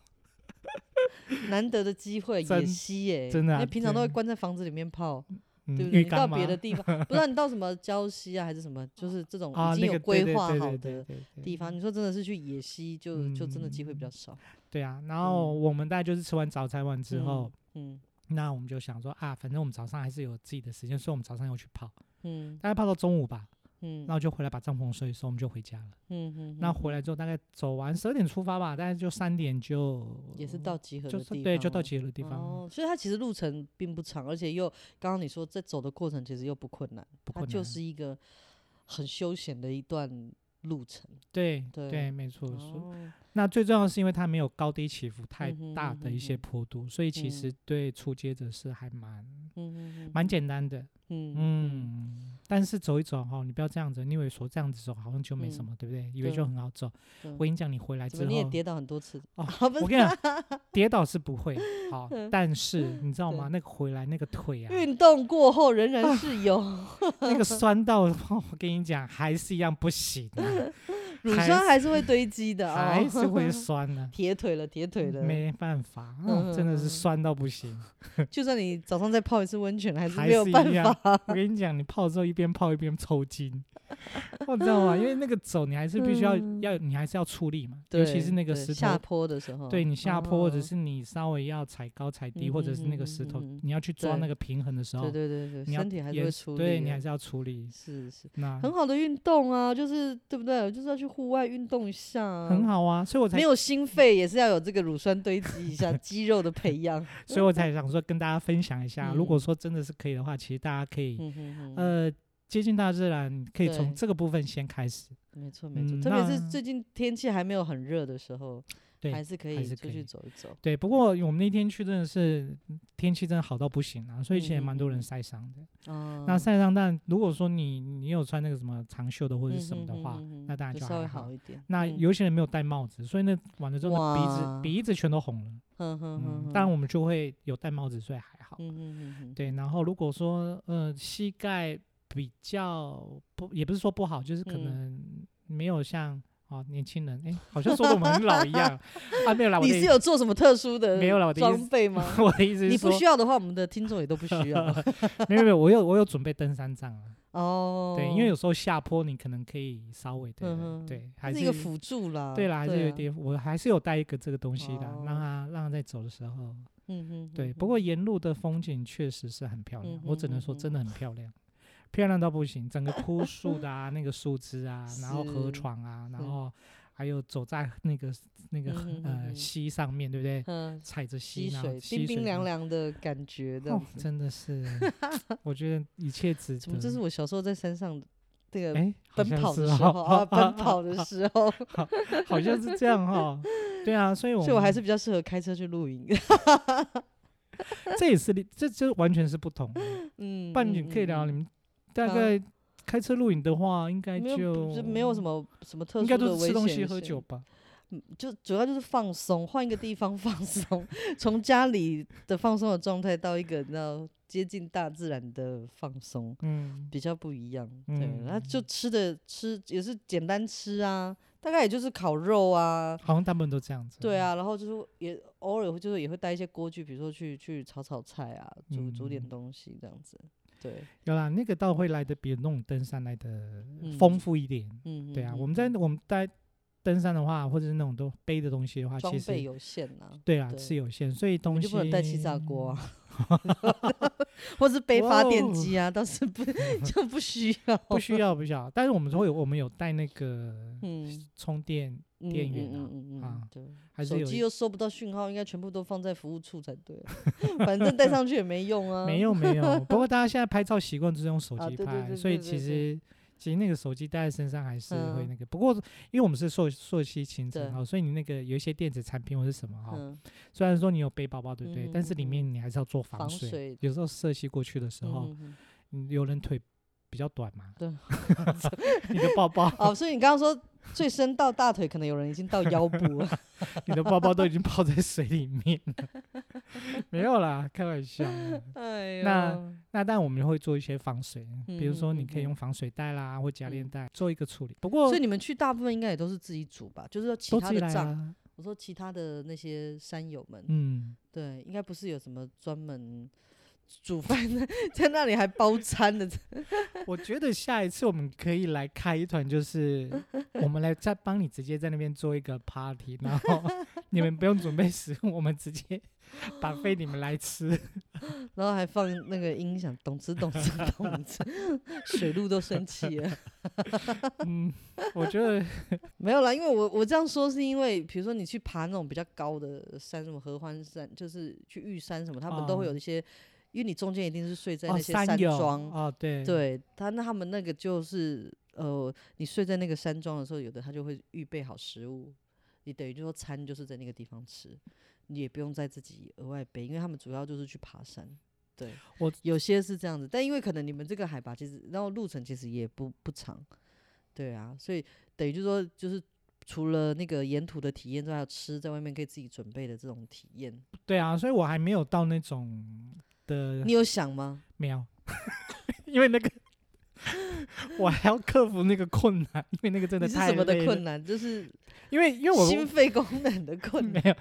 Speaker 2: 难得的机会
Speaker 1: 真
Speaker 2: 野溪耶，
Speaker 1: 真的啊
Speaker 2: 因为平常都会
Speaker 1: 对
Speaker 2: 关在房子里面泡，
Speaker 1: 嗯，
Speaker 2: 对不对？
Speaker 1: 浴
Speaker 2: 你到
Speaker 1: 缸
Speaker 2: 别
Speaker 1: 吗
Speaker 2: 的地方，不知道你到什么礁溪啊，还是什么，就是这种
Speaker 1: 啊，
Speaker 2: 已
Speaker 1: 那
Speaker 2: 经
Speaker 1: 个
Speaker 2: 有
Speaker 1: 对
Speaker 2: 规
Speaker 1: 对
Speaker 2: 划
Speaker 1: 对
Speaker 2: 好
Speaker 1: 对对
Speaker 2: 的
Speaker 1: 对对
Speaker 2: 地方。你说真的是去野溪，就就真的机会比较
Speaker 1: 嗯
Speaker 2: 少。
Speaker 1: 对啊，然后我们大概就是吃完早餐完之后，
Speaker 2: 嗯
Speaker 1: 那我们就想说啊，反正我们早上还是有自己的时间，所以我们早上要去泡，
Speaker 2: 嗯
Speaker 1: 大概泡到中午吧，
Speaker 2: 嗯
Speaker 1: 然后就回来把帐篷收一收，我们就回家了。
Speaker 2: 嗯嗯，
Speaker 1: 那
Speaker 2: 嗯
Speaker 1: 回来之后大概走完十二点出发吧，大概就三点就
Speaker 2: 也是到集合
Speaker 1: 就
Speaker 2: 的
Speaker 1: 是
Speaker 2: 地
Speaker 1: 对，就
Speaker 2: 方
Speaker 1: 到
Speaker 2: 了
Speaker 1: 集合的地方了，
Speaker 2: 哦，所以它其实路程并不长，而且又刚刚你说在走的过程其实又不困难，
Speaker 1: 不
Speaker 2: 它
Speaker 1: 困
Speaker 2: 就
Speaker 1: 难。
Speaker 2: 是一个很休闲的一段路程。
Speaker 1: 对
Speaker 2: 对
Speaker 1: 对，没错。所以
Speaker 2: 哦，
Speaker 1: 那最重要的是因为它没有高低起伏太
Speaker 2: 嗯哼
Speaker 1: 大
Speaker 2: 嗯
Speaker 1: 的
Speaker 2: 哼
Speaker 1: 一些
Speaker 2: 哼
Speaker 1: 坡度，所以其
Speaker 2: 嗯
Speaker 1: 实对初阶者是还蛮
Speaker 2: 嗯嗯
Speaker 1: 蛮简单的。
Speaker 2: 嗯嗯
Speaker 1: 嗯，但是走一走哈，你不要这样子，你以为说这样子走好像就没什
Speaker 2: 嗯
Speaker 1: 么，对不对？以为
Speaker 2: 对
Speaker 1: 就很好走。
Speaker 2: 对
Speaker 1: 我跟你讲，你回来
Speaker 2: 怎
Speaker 1: 之
Speaker 2: 么
Speaker 1: 后，
Speaker 2: 你也跌倒很多次？
Speaker 1: 哦
Speaker 2: 啊不
Speaker 1: 我
Speaker 2: 是
Speaker 1: 跟你讲，跌倒是不 会好，但是你知道
Speaker 2: 嗯对
Speaker 1: 吗？那个回来那个腿啊，
Speaker 2: 运动过后仍然是有
Speaker 1: 那个酸到，我跟你讲，还是一样不行啊，
Speaker 2: 乳
Speaker 1: 还
Speaker 2: 酸还是会堆积的
Speaker 1: 还是会
Speaker 2: 哦。
Speaker 1: 酸 呢、
Speaker 2: 铁腿了，铁腿了，
Speaker 1: 没办法，哦真的是
Speaker 2: 嗯
Speaker 1: 酸到不行。
Speaker 2: 就算你早上再泡一次温泉，还是
Speaker 1: 还
Speaker 2: 没有
Speaker 1: 是一
Speaker 2: 办
Speaker 1: 样
Speaker 2: 法。
Speaker 1: 我跟你讲，你泡的时候一边泡一边抽筋，我知 道吗？因为那个走你还是必须要、
Speaker 2: 嗯
Speaker 1: 要，你还是要出力嘛， 尤其
Speaker 2: 对
Speaker 1: 是那个
Speaker 2: 对
Speaker 1: 石头
Speaker 2: 下坡的时候，
Speaker 1: 对你下坡，或者
Speaker 2: 哦
Speaker 1: 是你稍微要踩高踩低，
Speaker 2: 嗯
Speaker 1: 或者是那个
Speaker 2: 嗯
Speaker 1: 石
Speaker 2: 嗯
Speaker 1: 头，
Speaker 2: 嗯嗯
Speaker 1: 你要去抓
Speaker 2: 对
Speaker 1: 那个平衡的时候，
Speaker 2: 对对对
Speaker 1: 你
Speaker 2: 对，
Speaker 1: 要
Speaker 2: 身体还是
Speaker 1: 也
Speaker 2: 会
Speaker 1: 是
Speaker 2: 出力的，
Speaker 1: 对你还是要处理。
Speaker 2: 是是。
Speaker 1: 那
Speaker 2: 很好啊的运动啊，就是对不对？就是要去户外运动一下、啊，
Speaker 1: 很。好啊，所以我才
Speaker 2: 没有心肺也是要有这个乳酸堆积一 下，肌肉的培养。
Speaker 1: 所以我才想说跟大家分享一下，如果说真的是可以的话，其实大家可以
Speaker 2: 嗯哼哼，
Speaker 1: 呃接近大自然，可以从
Speaker 2: 对
Speaker 1: 这个部分先开始。
Speaker 2: 没错没错，
Speaker 1: 嗯
Speaker 2: 特别是
Speaker 1: 那
Speaker 2: 最近天气还没有很热的时候，
Speaker 1: 对
Speaker 2: 还是可
Speaker 1: 还
Speaker 2: 以
Speaker 1: 是
Speaker 2: 出
Speaker 1: 可以
Speaker 2: 去走一走。
Speaker 1: 对，不过我们那天去真的是天气真的好到不行啊，所以其实也
Speaker 2: 嗯嗯
Speaker 1: 蛮多人
Speaker 2: 嗯
Speaker 1: 晒伤的。
Speaker 2: 哦，
Speaker 1: 那晒伤，但如果说你你有穿那个什么长袖的或者是
Speaker 2: 嗯
Speaker 1: 什么
Speaker 2: 哼
Speaker 1: 的
Speaker 2: 哼
Speaker 1: 话，
Speaker 2: 哼哼
Speaker 1: 那当然
Speaker 2: 就
Speaker 1: 就
Speaker 2: 稍
Speaker 1: 还
Speaker 2: 微
Speaker 1: 好
Speaker 2: 好一点。
Speaker 1: 那
Speaker 2: 嗯，
Speaker 1: 有一些人没有戴帽子，所以那完了之后，那鼻子
Speaker 2: 哇
Speaker 1: 鼻子全都红了。
Speaker 2: 嗯哼哼
Speaker 1: 嗯，
Speaker 2: 哼
Speaker 1: 当然我们就会有戴帽子，所以还好。
Speaker 2: 嗯哼哼哼，
Speaker 1: 对，然后如果说呃膝盖比较不，也不是说不好，就是可
Speaker 2: 嗯
Speaker 1: 能没有像哦年轻人，哎，好像说的我们很老一 样啊，没有啦，我
Speaker 2: 你
Speaker 1: 的意
Speaker 2: 是有做什么特殊的
Speaker 1: 没有啦我的意思
Speaker 2: 装备吗？
Speaker 1: 我的意思
Speaker 2: 你
Speaker 1: 是
Speaker 2: 不
Speaker 1: 说，
Speaker 2: 需要的话，我们的听众也都不需要
Speaker 1: 没有没有，我有我有准备登山杖啊，
Speaker 2: 哦。
Speaker 1: 对，因为有时候下坡你可能可以稍微的
Speaker 2: 嗯哼
Speaker 1: 对，还
Speaker 2: 它
Speaker 1: 是
Speaker 2: 是一个辅助啦。
Speaker 1: 对啦，还是有
Speaker 2: 啊
Speaker 1: 一，点，我还是有带一个这个东西的，让
Speaker 2: 哦
Speaker 1: 他让他在走的时候。
Speaker 2: 嗯哼，
Speaker 1: 对，
Speaker 2: 哼
Speaker 1: 不
Speaker 2: 哼
Speaker 1: 过沿路的风景确实是很漂亮，
Speaker 2: 嗯
Speaker 1: 我只
Speaker 2: 哼
Speaker 1: 能
Speaker 2: 嗯
Speaker 1: 说
Speaker 2: 哼
Speaker 1: 真的很漂亮，漂亮到不行。整个枯树的 啊，那个树枝啊，然后河
Speaker 2: 是
Speaker 1: 床啊，然
Speaker 2: 是
Speaker 1: 后还有走在 那个那个
Speaker 2: 嗯哼哼
Speaker 1: 呃
Speaker 2: 哼
Speaker 1: 溪上面，对不对？
Speaker 2: 嗯，
Speaker 1: 踩着
Speaker 2: 溪
Speaker 1: 溪，然后
Speaker 2: 水
Speaker 1: 溪
Speaker 2: 冰冰
Speaker 1: 水
Speaker 2: 凉
Speaker 1: 中
Speaker 2: 凉的感觉这样
Speaker 1: 哦，
Speaker 2: 子。
Speaker 1: 真的 是，我觉得一切值
Speaker 2: 怎么？
Speaker 1: 得。
Speaker 2: 这是我小时候在山上这个
Speaker 1: 哎，好
Speaker 2: 奔
Speaker 1: 像
Speaker 2: 跑
Speaker 1: 是
Speaker 2: 的时
Speaker 1: 哦
Speaker 2: 候啊，奔 跑的时候，
Speaker 1: 好像是这样 哈。对啊，所以我
Speaker 2: 所以我还
Speaker 1: 们
Speaker 2: 是比较适合开车去露营。
Speaker 1: 这也是另这这完全是不同的。
Speaker 2: 嗯，
Speaker 1: 半
Speaker 2: 嗯
Speaker 1: 你可以聊，
Speaker 2: 嗯
Speaker 1: 你们大
Speaker 2: 好
Speaker 1: 概开车录影的话，应该
Speaker 2: 没有
Speaker 1: 就
Speaker 2: 不是没有什么什么特
Speaker 1: 应
Speaker 2: 殊
Speaker 1: 该
Speaker 2: 的
Speaker 1: 都是
Speaker 2: 危
Speaker 1: 吃东
Speaker 2: 险
Speaker 1: 西、喝
Speaker 2: 性
Speaker 1: 酒，吧。
Speaker 2: 嗯就主要就是放松，换一个地方 放松，从家里的放松的状态到一个那接近大自然的放松。
Speaker 1: 嗯，
Speaker 2: 比较不一样，对，
Speaker 1: 嗯
Speaker 2: 那就吃的吃也是简单吃啊，大概也就是烤肉啊，
Speaker 1: 好像大部分都这样子。
Speaker 2: 对，啊，然后就是也偶尔会就是也会带一些锅具，比如说去去炒炒菜啊，煮煮点
Speaker 1: 嗯
Speaker 2: 东西这样子。对，
Speaker 1: 有啦，那个倒会来的比那种登山来的
Speaker 2: 嗯
Speaker 1: 丰富一点。
Speaker 2: 嗯，
Speaker 1: 对啊，
Speaker 2: 嗯
Speaker 1: 我们在
Speaker 2: 嗯
Speaker 1: 我们在登山的话，或者是那种都背的东西的话，其
Speaker 2: 装备
Speaker 1: 实
Speaker 2: 有限呐，
Speaker 1: 对啊
Speaker 2: 对
Speaker 1: 是有限，所以东
Speaker 2: 你
Speaker 1: 西
Speaker 2: 就不能带气炸锅啊， 或是背
Speaker 1: 哇
Speaker 2: 发电
Speaker 1: 哦
Speaker 2: 机啊，倒是不 就不需要，
Speaker 1: 不需要不需要，但是我们会有我们有带那个
Speaker 2: 嗯
Speaker 1: 充电，
Speaker 2: 嗯
Speaker 1: 电
Speaker 2: 嗯
Speaker 1: 源啊
Speaker 2: 嗯嗯嗯
Speaker 1: 啊
Speaker 2: 对。
Speaker 1: 还是
Speaker 2: 手
Speaker 1: 有
Speaker 2: 机
Speaker 1: 一
Speaker 2: 又收不到讯号，应该全部都放在服务处才对 啊。反正带上去也没用啊。
Speaker 1: 没有没有，不过大家现在拍照习惯就是用手
Speaker 2: 啊
Speaker 1: 机
Speaker 2: 对对
Speaker 1: 拍，
Speaker 2: 对
Speaker 1: 所以
Speaker 2: 对
Speaker 1: 其
Speaker 2: 对
Speaker 1: 实其实那个手机带在身上还是会
Speaker 2: 嗯
Speaker 1: 那个，不过因为我们是朔朔溪清晨
Speaker 2: 对
Speaker 1: 哦，所以你那个有一些电子产品或是什么哈、
Speaker 2: 嗯，
Speaker 1: 虽然说你有背包包对不对？但是里
Speaker 2: 嗯嗯嗯
Speaker 1: 面你还是要做
Speaker 2: 防
Speaker 1: 防水。
Speaker 2: 水
Speaker 1: 有时候涉溪过去的时候，
Speaker 2: 嗯嗯嗯
Speaker 1: 嗯有人腿比较短嘛，
Speaker 2: 对，
Speaker 1: 你的包包，
Speaker 2: 哦，所以你刚刚说最深到大腿，可能有人已经到腰部了。
Speaker 1: 你的包包都已经泡在水里面了， 没有啦，开玩笑啦。
Speaker 2: 哎呦，
Speaker 1: 那那但我们会做一些防水，比如说
Speaker 2: 嗯嗯
Speaker 1: 你可以
Speaker 2: 嗯
Speaker 1: 用防水袋啦或夹链
Speaker 2: 嗯
Speaker 1: 袋做一个处理。不过
Speaker 2: 所以你们去大部分应该也都是自己煮吧？就是说其
Speaker 1: 都
Speaker 2: 他
Speaker 1: 自己
Speaker 2: 的
Speaker 1: 来
Speaker 2: 帐，
Speaker 1: 啊，
Speaker 2: 我说其他的那些山友们，
Speaker 1: 嗯，
Speaker 2: 对，应该不是有什么专门煮饭的， 在那里还包餐的。
Speaker 1: 我觉得下一次我们可以来开一团，就是我们来再帮你直接在那边做一个 party，然 后你们不用准备食物，我们直接把费你们来 吃。
Speaker 2: 然后还放那个音响，咚哧咚哧咚哧， 水路都生气了。
Speaker 1: 嗯，我觉得
Speaker 2: 没有啦，因为我我这样说是因为，比如说你去爬那种比较高的山，什么合欢山，就是去玉山什么，他们都会有
Speaker 1: 哦
Speaker 2: 一些，因为你中间一定是睡在
Speaker 1: 哦，
Speaker 2: 那些
Speaker 1: 山友
Speaker 2: 庄，
Speaker 1: 哦，对，
Speaker 2: 对他那他们那个就是呃，你睡在那个山庄的时候，有的他就会预备好食物，你等于就说餐就是在那个地方吃，你也不用再自己额外备，因为他们主要就是去爬山。对，
Speaker 1: 我
Speaker 2: 有些是这样子，但因为可能你们这个海拔其实，然后路程其实也不不长，对啊，所以等于就是说就是。除了那个沿途的体验之外，还有吃在外面可以自己准备的这种体验，
Speaker 1: 对啊，所以我还没有到那种的
Speaker 2: 你有想吗？
Speaker 1: 喵， 因为那个 我还要克服那个困难，因为那个真
Speaker 2: 你
Speaker 1: 的
Speaker 2: 是
Speaker 1: 太
Speaker 2: 什么的
Speaker 1: 累了
Speaker 2: 困难？就是
Speaker 1: 因为因为我嗯
Speaker 2: 心肺功能的困
Speaker 1: 没
Speaker 2: 难。
Speaker 1: 有，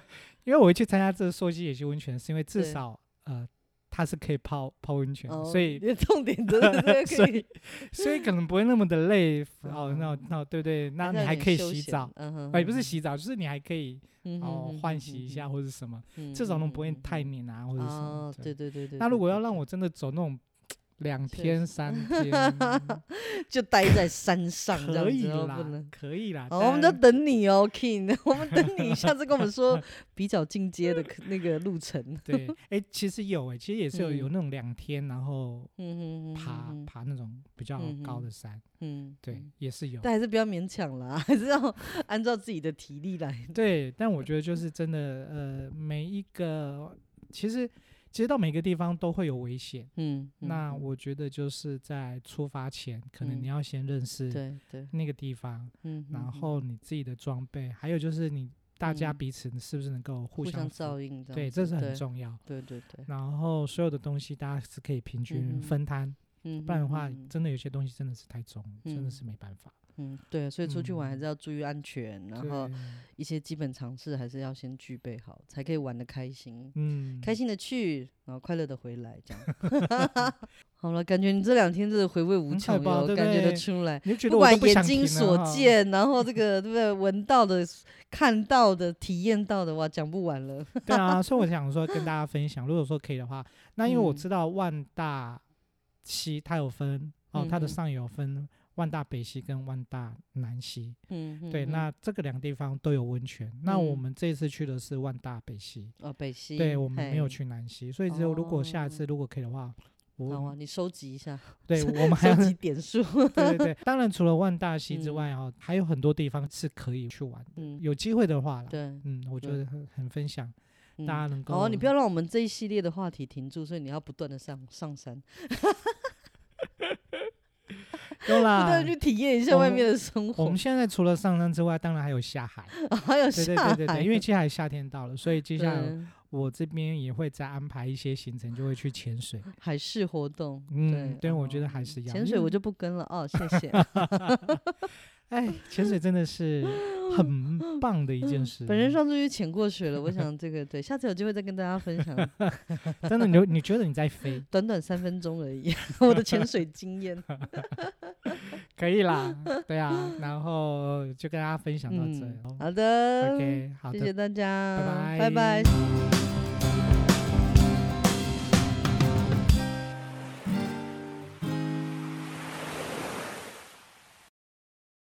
Speaker 1: 因为我会去参加这个溯溪野溪温泉，是因为至
Speaker 2: 对
Speaker 1: 少呃，它是可以泡泡温泉的，
Speaker 2: 哦
Speaker 1: 所以
Speaker 2: 你的重点真的是这个
Speaker 1: 所
Speaker 2: 可以
Speaker 1: 以所以可能不会那么的累。哦，那
Speaker 2: 嗯
Speaker 1: 那对对，那
Speaker 2: 还
Speaker 1: 你
Speaker 2: 是要
Speaker 1: 还
Speaker 2: 有
Speaker 1: 可以
Speaker 2: 点休
Speaker 1: 洗
Speaker 2: 闲
Speaker 1: 澡，，
Speaker 2: 嗯哼，
Speaker 1: 呃，也不是洗澡，就是你还可以
Speaker 2: 嗯哼
Speaker 1: 哦换洗一下，或者什么，至少能不会太黏啊或者什么
Speaker 2: 啊，
Speaker 1: 的。
Speaker 2: 嗯对对对对。
Speaker 1: 那如果要
Speaker 2: 对
Speaker 1: 让我真的走那种两
Speaker 2: 确
Speaker 1: 天三 天，
Speaker 2: 对就待在山上这样
Speaker 1: 可
Speaker 2: 子，
Speaker 1: 以
Speaker 2: 然后
Speaker 1: 啦
Speaker 2: 不能，。
Speaker 1: 可以啦。
Speaker 2: 好，我们就
Speaker 1: 但
Speaker 2: 等你哦，King，我们等你下次跟我们说比较进阶的那个路程。
Speaker 1: 对， 哎，其实有哎，其实也是有有
Speaker 2: 嗯
Speaker 1: 那种两天，然后
Speaker 2: 嗯嗯嗯，
Speaker 1: 爬
Speaker 2: 嗯
Speaker 1: 爬那种比较高的山，
Speaker 2: 嗯，
Speaker 1: 对
Speaker 2: 嗯，，
Speaker 1: 也是有。
Speaker 2: 但还是不要勉强啦，还是要按照自己的体力来。
Speaker 1: 对，但
Speaker 2: 嗯
Speaker 1: 我觉得就是真的，呃，每一个其实其实到每个地方都会有危险。
Speaker 2: 嗯，嗯
Speaker 1: 那
Speaker 2: 嗯
Speaker 1: 我觉得就是在出发前，可能
Speaker 2: 嗯
Speaker 1: 你要先认识
Speaker 2: 对对，
Speaker 1: 那个地方，
Speaker 2: 嗯，嗯
Speaker 1: 然
Speaker 2: 嗯
Speaker 1: 后你自己的装备，还有就是你大家
Speaker 2: 嗯
Speaker 1: 彼此是不是能够互
Speaker 2: 互相
Speaker 1: 相扶
Speaker 2: 照应，
Speaker 1: 对，这是很
Speaker 2: 重，
Speaker 1: 重要。
Speaker 2: 对对对，
Speaker 1: 然后所有的东西大家是可以平均
Speaker 2: 嗯哼
Speaker 1: 分摊，
Speaker 2: 嗯，
Speaker 1: 不然的
Speaker 2: 嗯
Speaker 1: 话
Speaker 2: 嗯，嗯
Speaker 1: 真的有些东西真的是太重，真的
Speaker 2: 嗯
Speaker 1: 是没办法。
Speaker 2: 嗯，对，所以出去玩还
Speaker 1: 嗯
Speaker 2: 是要注意安全，然后
Speaker 1: 对，
Speaker 2: 一些基本常识还是要先具备好，才可以玩的开心，
Speaker 1: 嗯，
Speaker 2: 开心的去，然后快乐的回来，这样。 好了，感觉你这两天真的回味无
Speaker 1: 很快
Speaker 2: 穷
Speaker 1: 吧
Speaker 2: 哟，
Speaker 1: 对不
Speaker 2: 感觉
Speaker 1: 对
Speaker 2: 得出来。
Speaker 1: 你就觉得
Speaker 2: 不
Speaker 1: 我都
Speaker 2: 管
Speaker 1: 不
Speaker 2: 眼
Speaker 1: 想
Speaker 2: 睛
Speaker 1: 停了
Speaker 2: 所
Speaker 1: 哈，
Speaker 2: 见， 然后这个对不对？闻到的、看到的、体验到的，哇，讲不完了。
Speaker 1: 对啊，所以我想说跟大家分享，如果说可以的话，那因为我
Speaker 2: 嗯
Speaker 1: 知道万大西它有分哦，它的
Speaker 2: 嗯嗯
Speaker 1: 上游分万大北西跟万大南西，
Speaker 2: 嗯，
Speaker 1: 对，
Speaker 2: 嗯
Speaker 1: 那这个两个地方都有温泉。那我
Speaker 2: 嗯
Speaker 1: 们这次去的是万大北西，
Speaker 2: 哦，北西，
Speaker 1: 对我们没有
Speaker 2: 嘿。
Speaker 1: 去南西，所以只有如果下一次
Speaker 2: 哦
Speaker 1: 如果可以的话，
Speaker 2: 好啊，
Speaker 1: 我
Speaker 2: 你收集一下，
Speaker 1: 对我们还
Speaker 2: 收
Speaker 1: 要
Speaker 2: 集点 数。
Speaker 1: 对对 对，当然除了万大溪之
Speaker 2: 嗯
Speaker 1: 外哦，还有很多地方是可以去玩的，
Speaker 2: 嗯，
Speaker 1: 有机会的话啦，
Speaker 2: 对，
Speaker 1: 嗯，我觉
Speaker 2: 对
Speaker 1: 得很很分享，
Speaker 2: 嗯
Speaker 1: 大家能够
Speaker 2: 哦，你不要让我们这一系列的话题停住，所以你要不断的上上山，
Speaker 1: 用
Speaker 2: 不
Speaker 1: 啦
Speaker 2: 断的。去体验一
Speaker 1: 我
Speaker 2: 下外
Speaker 1: 们
Speaker 2: 面的生
Speaker 1: 我
Speaker 2: 活
Speaker 1: 们，现在除了上山之外，当然还有下 海。
Speaker 2: 还有
Speaker 1: 对对
Speaker 2: 下
Speaker 1: 对对
Speaker 2: 海，
Speaker 1: 对，因为接下来夏天到了，所以接下来
Speaker 2: 对
Speaker 1: 我这边也会再安排一些行程，就会去潜水。
Speaker 2: 海事活动，
Speaker 1: 嗯，对，我觉得
Speaker 2: 哦
Speaker 1: 还是要
Speaker 2: 潜水我就不跟了 哦，谢谢。
Speaker 1: 哎，潜水真的是很棒的一件事。嗯
Speaker 2: 本人上次去潜过水了，我想这个对，下次有机会再跟大家分享，
Speaker 1: 真的，你就你觉得你在 飞，
Speaker 2: 短短三分钟而已， 我的潜水经 验。
Speaker 1: 可以啦，对啊，然后就跟大家分享到这。哦
Speaker 2: 嗯，好的
Speaker 1: OK，好
Speaker 2: 谢
Speaker 1: 的，
Speaker 2: 谢大家，
Speaker 1: 拜
Speaker 2: 拜
Speaker 1: 拜
Speaker 2: 拜。